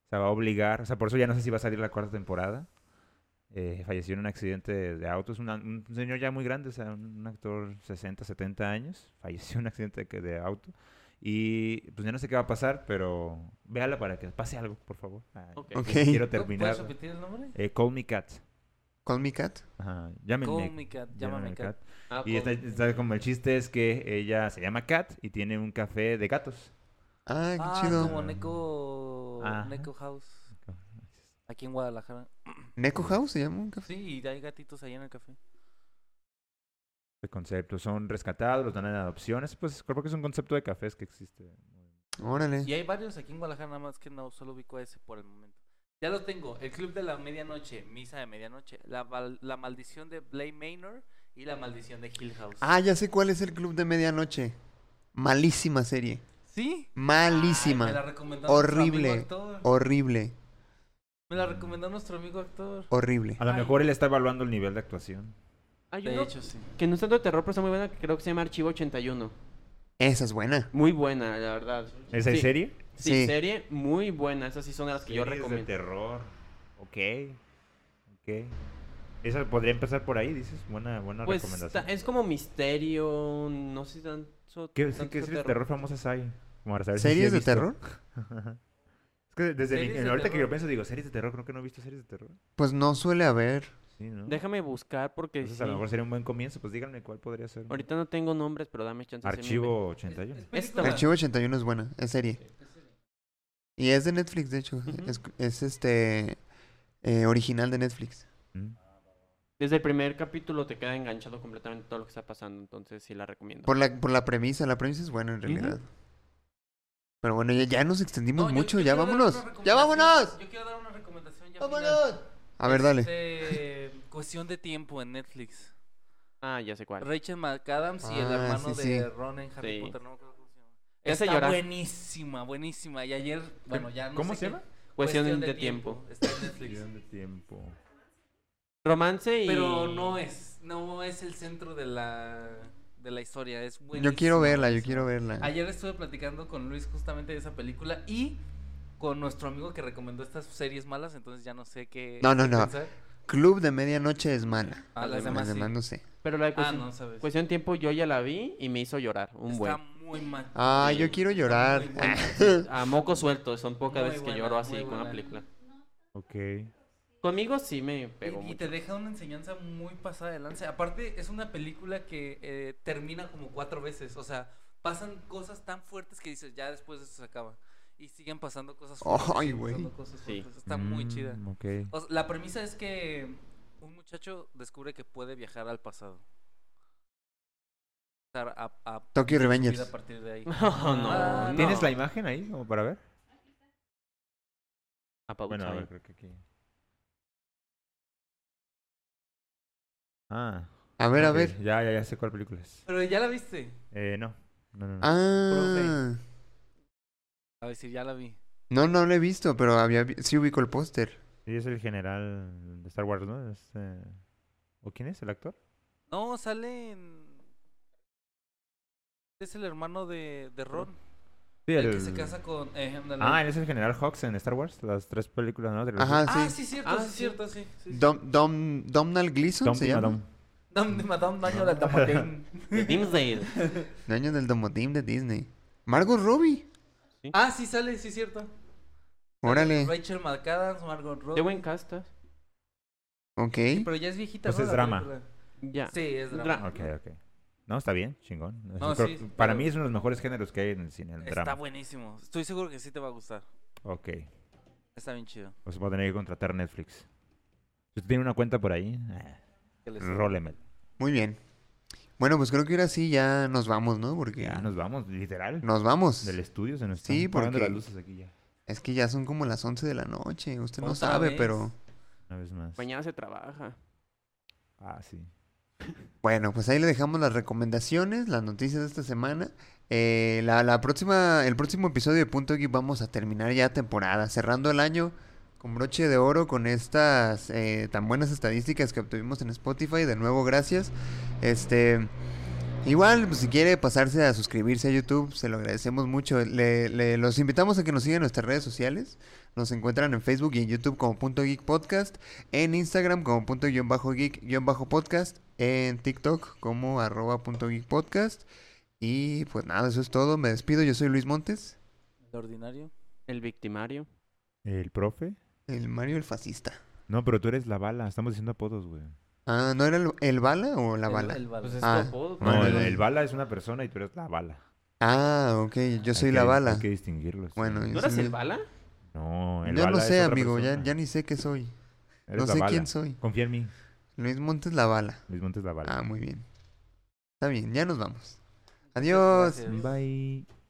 se va a obligar, o sea, por eso ya no sé si va a salir la cuarta temporada. Eh, falleció en un accidente de, de auto, es una- un señor ya muy grande, o sea, un, un actor 60, 70 años, falleció en un accidente de, de auto. Y pues ya no sé qué va a pasar, pero véala para que pase algo, por favor. Ah,
Ok.
Ok.
Quiero
¿Puedes
terminar.
repetir el nombre?
Eh, Call Me Cat.
Call Me Cat.
Ajá, llámenme.
Call me cat,
llámame
llámame cat.
Ah,
y está,
con-
está como el chiste es que ella se llama Cat y tiene un café de gatos.
Ah, qué
Ah,
chido.
como Neko,
Ajá.
Neko House. Aquí en Guadalajara.
¿Neko House se llama un café?
Sí, y hay gatitos ahí en el café.
De conceptos son rescatados, los dan en adopciones. Pues creo que es un concepto de cafés que existe.
Órale.
Y hay varios aquí en Guadalajara, nada más que no solo ubico ese por el momento. Ya lo tengo. El Club de la Medianoche, Misa de Medianoche, La, val- la Maldición de Blade Manor y La Maldición de Hill House.
Ah, ya sé cuál es el Club de Medianoche. Malísima serie.
¿Sí? Ay, me la
Malísima.
recomendó
Horrible.
nuestro amigo actor.
Horrible.
Me la recomendó nuestro amigo actor.
Horrible.
A lo mejor él está evaluando el nivel de actuación.
Hay
De
uno
hecho, sí.
que no es tanto de terror, pero está muy buena, que creo que se llama Archivo 81.
Esa es buena.
Muy buena, la verdad.
¿Esa
Sí.
es serie?
Sí,
Sí.
serie muy buena. Esas sí son las que yo
Series de
recomiendo.
terror. Ok. Ok. Esa podría empezar por ahí, dices. Buena, buena
Pues
recomendación.
ta- es como misterio, no sé si tanto.
¿Qué,
tanto
qué series de terror famosas hay? Como para saber si sí he
¿Series de
visto.
terror?
Es que desde mi-
Series de
ahorita que yo
terror.
pienso digo, series de terror, creo que no he visto series de terror.
Pues no suele haber.
Sí, ¿no?
Déjame buscar porque
Entonces a lo
sí.
mejor sería un buen comienzo, pues díganme cuál podría ser.
ahorita no tengo nombres, pero dame chance. sí me-
Archivo 81.
Es- es
Esta-
película.
Archivo 81 es buena, es serie. Y es de Netflix, de hecho.
Ujú.
es, es, este. eh, original de Netflix.
Mm.
Desde el primer capítulo te queda enganchado completamente todo lo que está pasando, entonces sí la recomiendo.
Por la, por la premisa, la premisa es buena en
Ujú.
realidad. Pero bueno, ya, ya nos
No,
extendimos
yo-
mucho,
yo
ya
quiero dar
vámonos.
una
¡Ya
recomendación.
vámonos!
Yo quiero dar una recomendación ya. final.
¡Vámonos! A ver, dale.
Este, cuestión de tiempo en Netflix.
Ah, ya sé cuál.
Rachel McAdams y el
Ah,
hermano
sí,
de
sí.
Ron en Harry
Sí.
Potter, no me acuerdo cómo se llama.
Te hace
Está
llorar.
buenísima, buenísima. Y ayer, bueno, ya no
¿Cómo
sé
se
qué-
llama?
Cuestión, de tiempo.
Está en Netflix.
Guión de tiempo.
Romance y...
Pero no es, no es el centro de la, de la historia. Es buenísima.
Yo quiero verla, yo
buenísima.
quiero verla.
Ayer estuve platicando con Luis justamente de esa película y con nuestro amigo que recomendó estas series malas, entonces ya no sé qué.
No, no,
qué
no.
pensar.
Club de medianoche es mala.
Ah, las
Las
demás sí.
demás no sé.
Pero la de
Ah,
cuestión,
no, sabes.
Pues
cuestión de tiempo yo ya la vi y me hizo llorar un
Está
buen.
muy mal.
Ah,
Sí.
yo quiero llorar. Ah,
Muy buena.
A moco suelto, son pocas
Muy
veces que
buena,
lloro así
muy
con una
buena.
película.
Ok.
Conmigo sí me pegó
Y, y
mucho.
te deja una enseñanza muy pasada de lance. Aparte, es una película que eh, termina como cuatro veces. O sea, pasan cosas tan fuertes que dices, ya después de eso se acaba. Y siguen pasando cosas fuertes.
Ay,
siguen
güey.
pasando cosas
Sí.
fuertes. Está muy
Mm,
chida.
Ok.
O sea, la premisa es que un muchacho descubre que puede viajar al pasado. Estar A, a su
Tokyo
vida a
Revengers.
partir de ahí.
No,
Ah,
no.
¿Tienes la imagen ahí como para ver?
Ah, pausa
Bueno, a
ahí.
ver, creo que aquí. Ah.
A ver, a
ok,
ver.
Ya, ya, ya sé cuál película es.
Pero ya la viste.
Eh, no. No, no, no.
Ah.
A ver si ya la vi.
No, no lo he visto, pero había vi- sí ubico el póster.
Sí, es el general de Star Wars, ¿no? Es, eh, ¿O quién es el actor?
No, sale en... Es el hermano de, de Ron.
Sí,
El que se casa con... eh, ándale.
Ah, él es el general Hawks en Star Wars, las tres películas, ¿no? Trilogía.
Ajá,
Ah,
sí.
sí, cierto,
Ah,
sí,
sí.
cierto, sí. sí, sí.
Dom, Dom, Domhnall Gleeson
Dom
se
y
llama.
Madom.
Dame, me da un daño del Damodén.
De Dimsdale.
Daño del Domotim de Disney. Margot Robbie.
Ah, sí sale, sí, cierto.
Órale.
Rachel McAdams, Margot
De
Robbie.
buen ¿eh? castas.
Ok.
Pero ya es viejita,
Pues
¿no?
es
la
drama.
película?
Ya.
Sí, es drama.
Dra-
Ok, ok. No, está bien, chingón. Es-
No,
creo-
sí,
para
pero-
mí es uno de los mejores géneros que hay en el cine, el
Está
drama.
buenísimo. Estoy seguro que sí te va a gustar.
Ok.
Está bien chido.
Pues voy a tener que contratar Netflix. Si usted tiene una cuenta por ahí, eh,
Que les-
rólemela.
Muy bien. Bueno, pues creo que ahora sí ya nos vamos, ¿no? Porque
Ya nos vamos, literal.
nos vamos.
Del estudio se nos están
Sí,
apagando
porque-
las luces aquí ya.
Es que ya son como las 11 de la noche. Usted no
Otra
sabe,
vez.
pero
Una vez más.
Mañana se trabaja.
Ah, sí.
bueno, pues ahí le dejamos las recomendaciones, las noticias de esta semana. Eh, la, la próxima, el próximo episodio de Punto Geek vamos a terminar ya temporada, cerrando el año con broche de oro, con estas eh, tan buenas estadísticas que obtuvimos en Spotify. De nuevo, gracias. Este, igual, pues, si quiere pasarse a suscribirse a YouTube, se lo agradecemos mucho. Le- le- los invitamos a que nos sigan en nuestras redes sociales. Nos encuentran en Facebook y en YouTube como Punto Geek Podcast, en Instagram como Punto guión bajo Geek guión bajo Podcast, en TikTok como arroba Punto Geek Podcast. Y pues nada, eso es todo. Me despido. Yo soy Luis Montes,
El ordinario.
El victimario.
¿El profe?
el Mario el fascista.
No, pero tú eres la bala. Estamos diciendo apodos, güey.
Ah, ¿no era el, el bala o la
El-
bala?
el bala.
Pues es
Ah,
tu apodo,
No,
Bueno,
el,
no.
el bala es una persona y tú eres la bala.
Ah, ok. Yo soy
Hay
la
que-
bala.
Hay que distinguirlos. sí.
Bueno,
¿No eras
soy-
el bala?
No, el
Yo no
bala es
sé,
otra
amigo. Ya,
persona.
ya ni sé qué soy.
Eres
no
la
sé
bala.
quién soy.
Confía en mí.
Luis Montes la bala.
Luis Montes la bala.
Ah, muy bien. Está bien, ya nos vamos. Adiós.
Gracias.
Bye.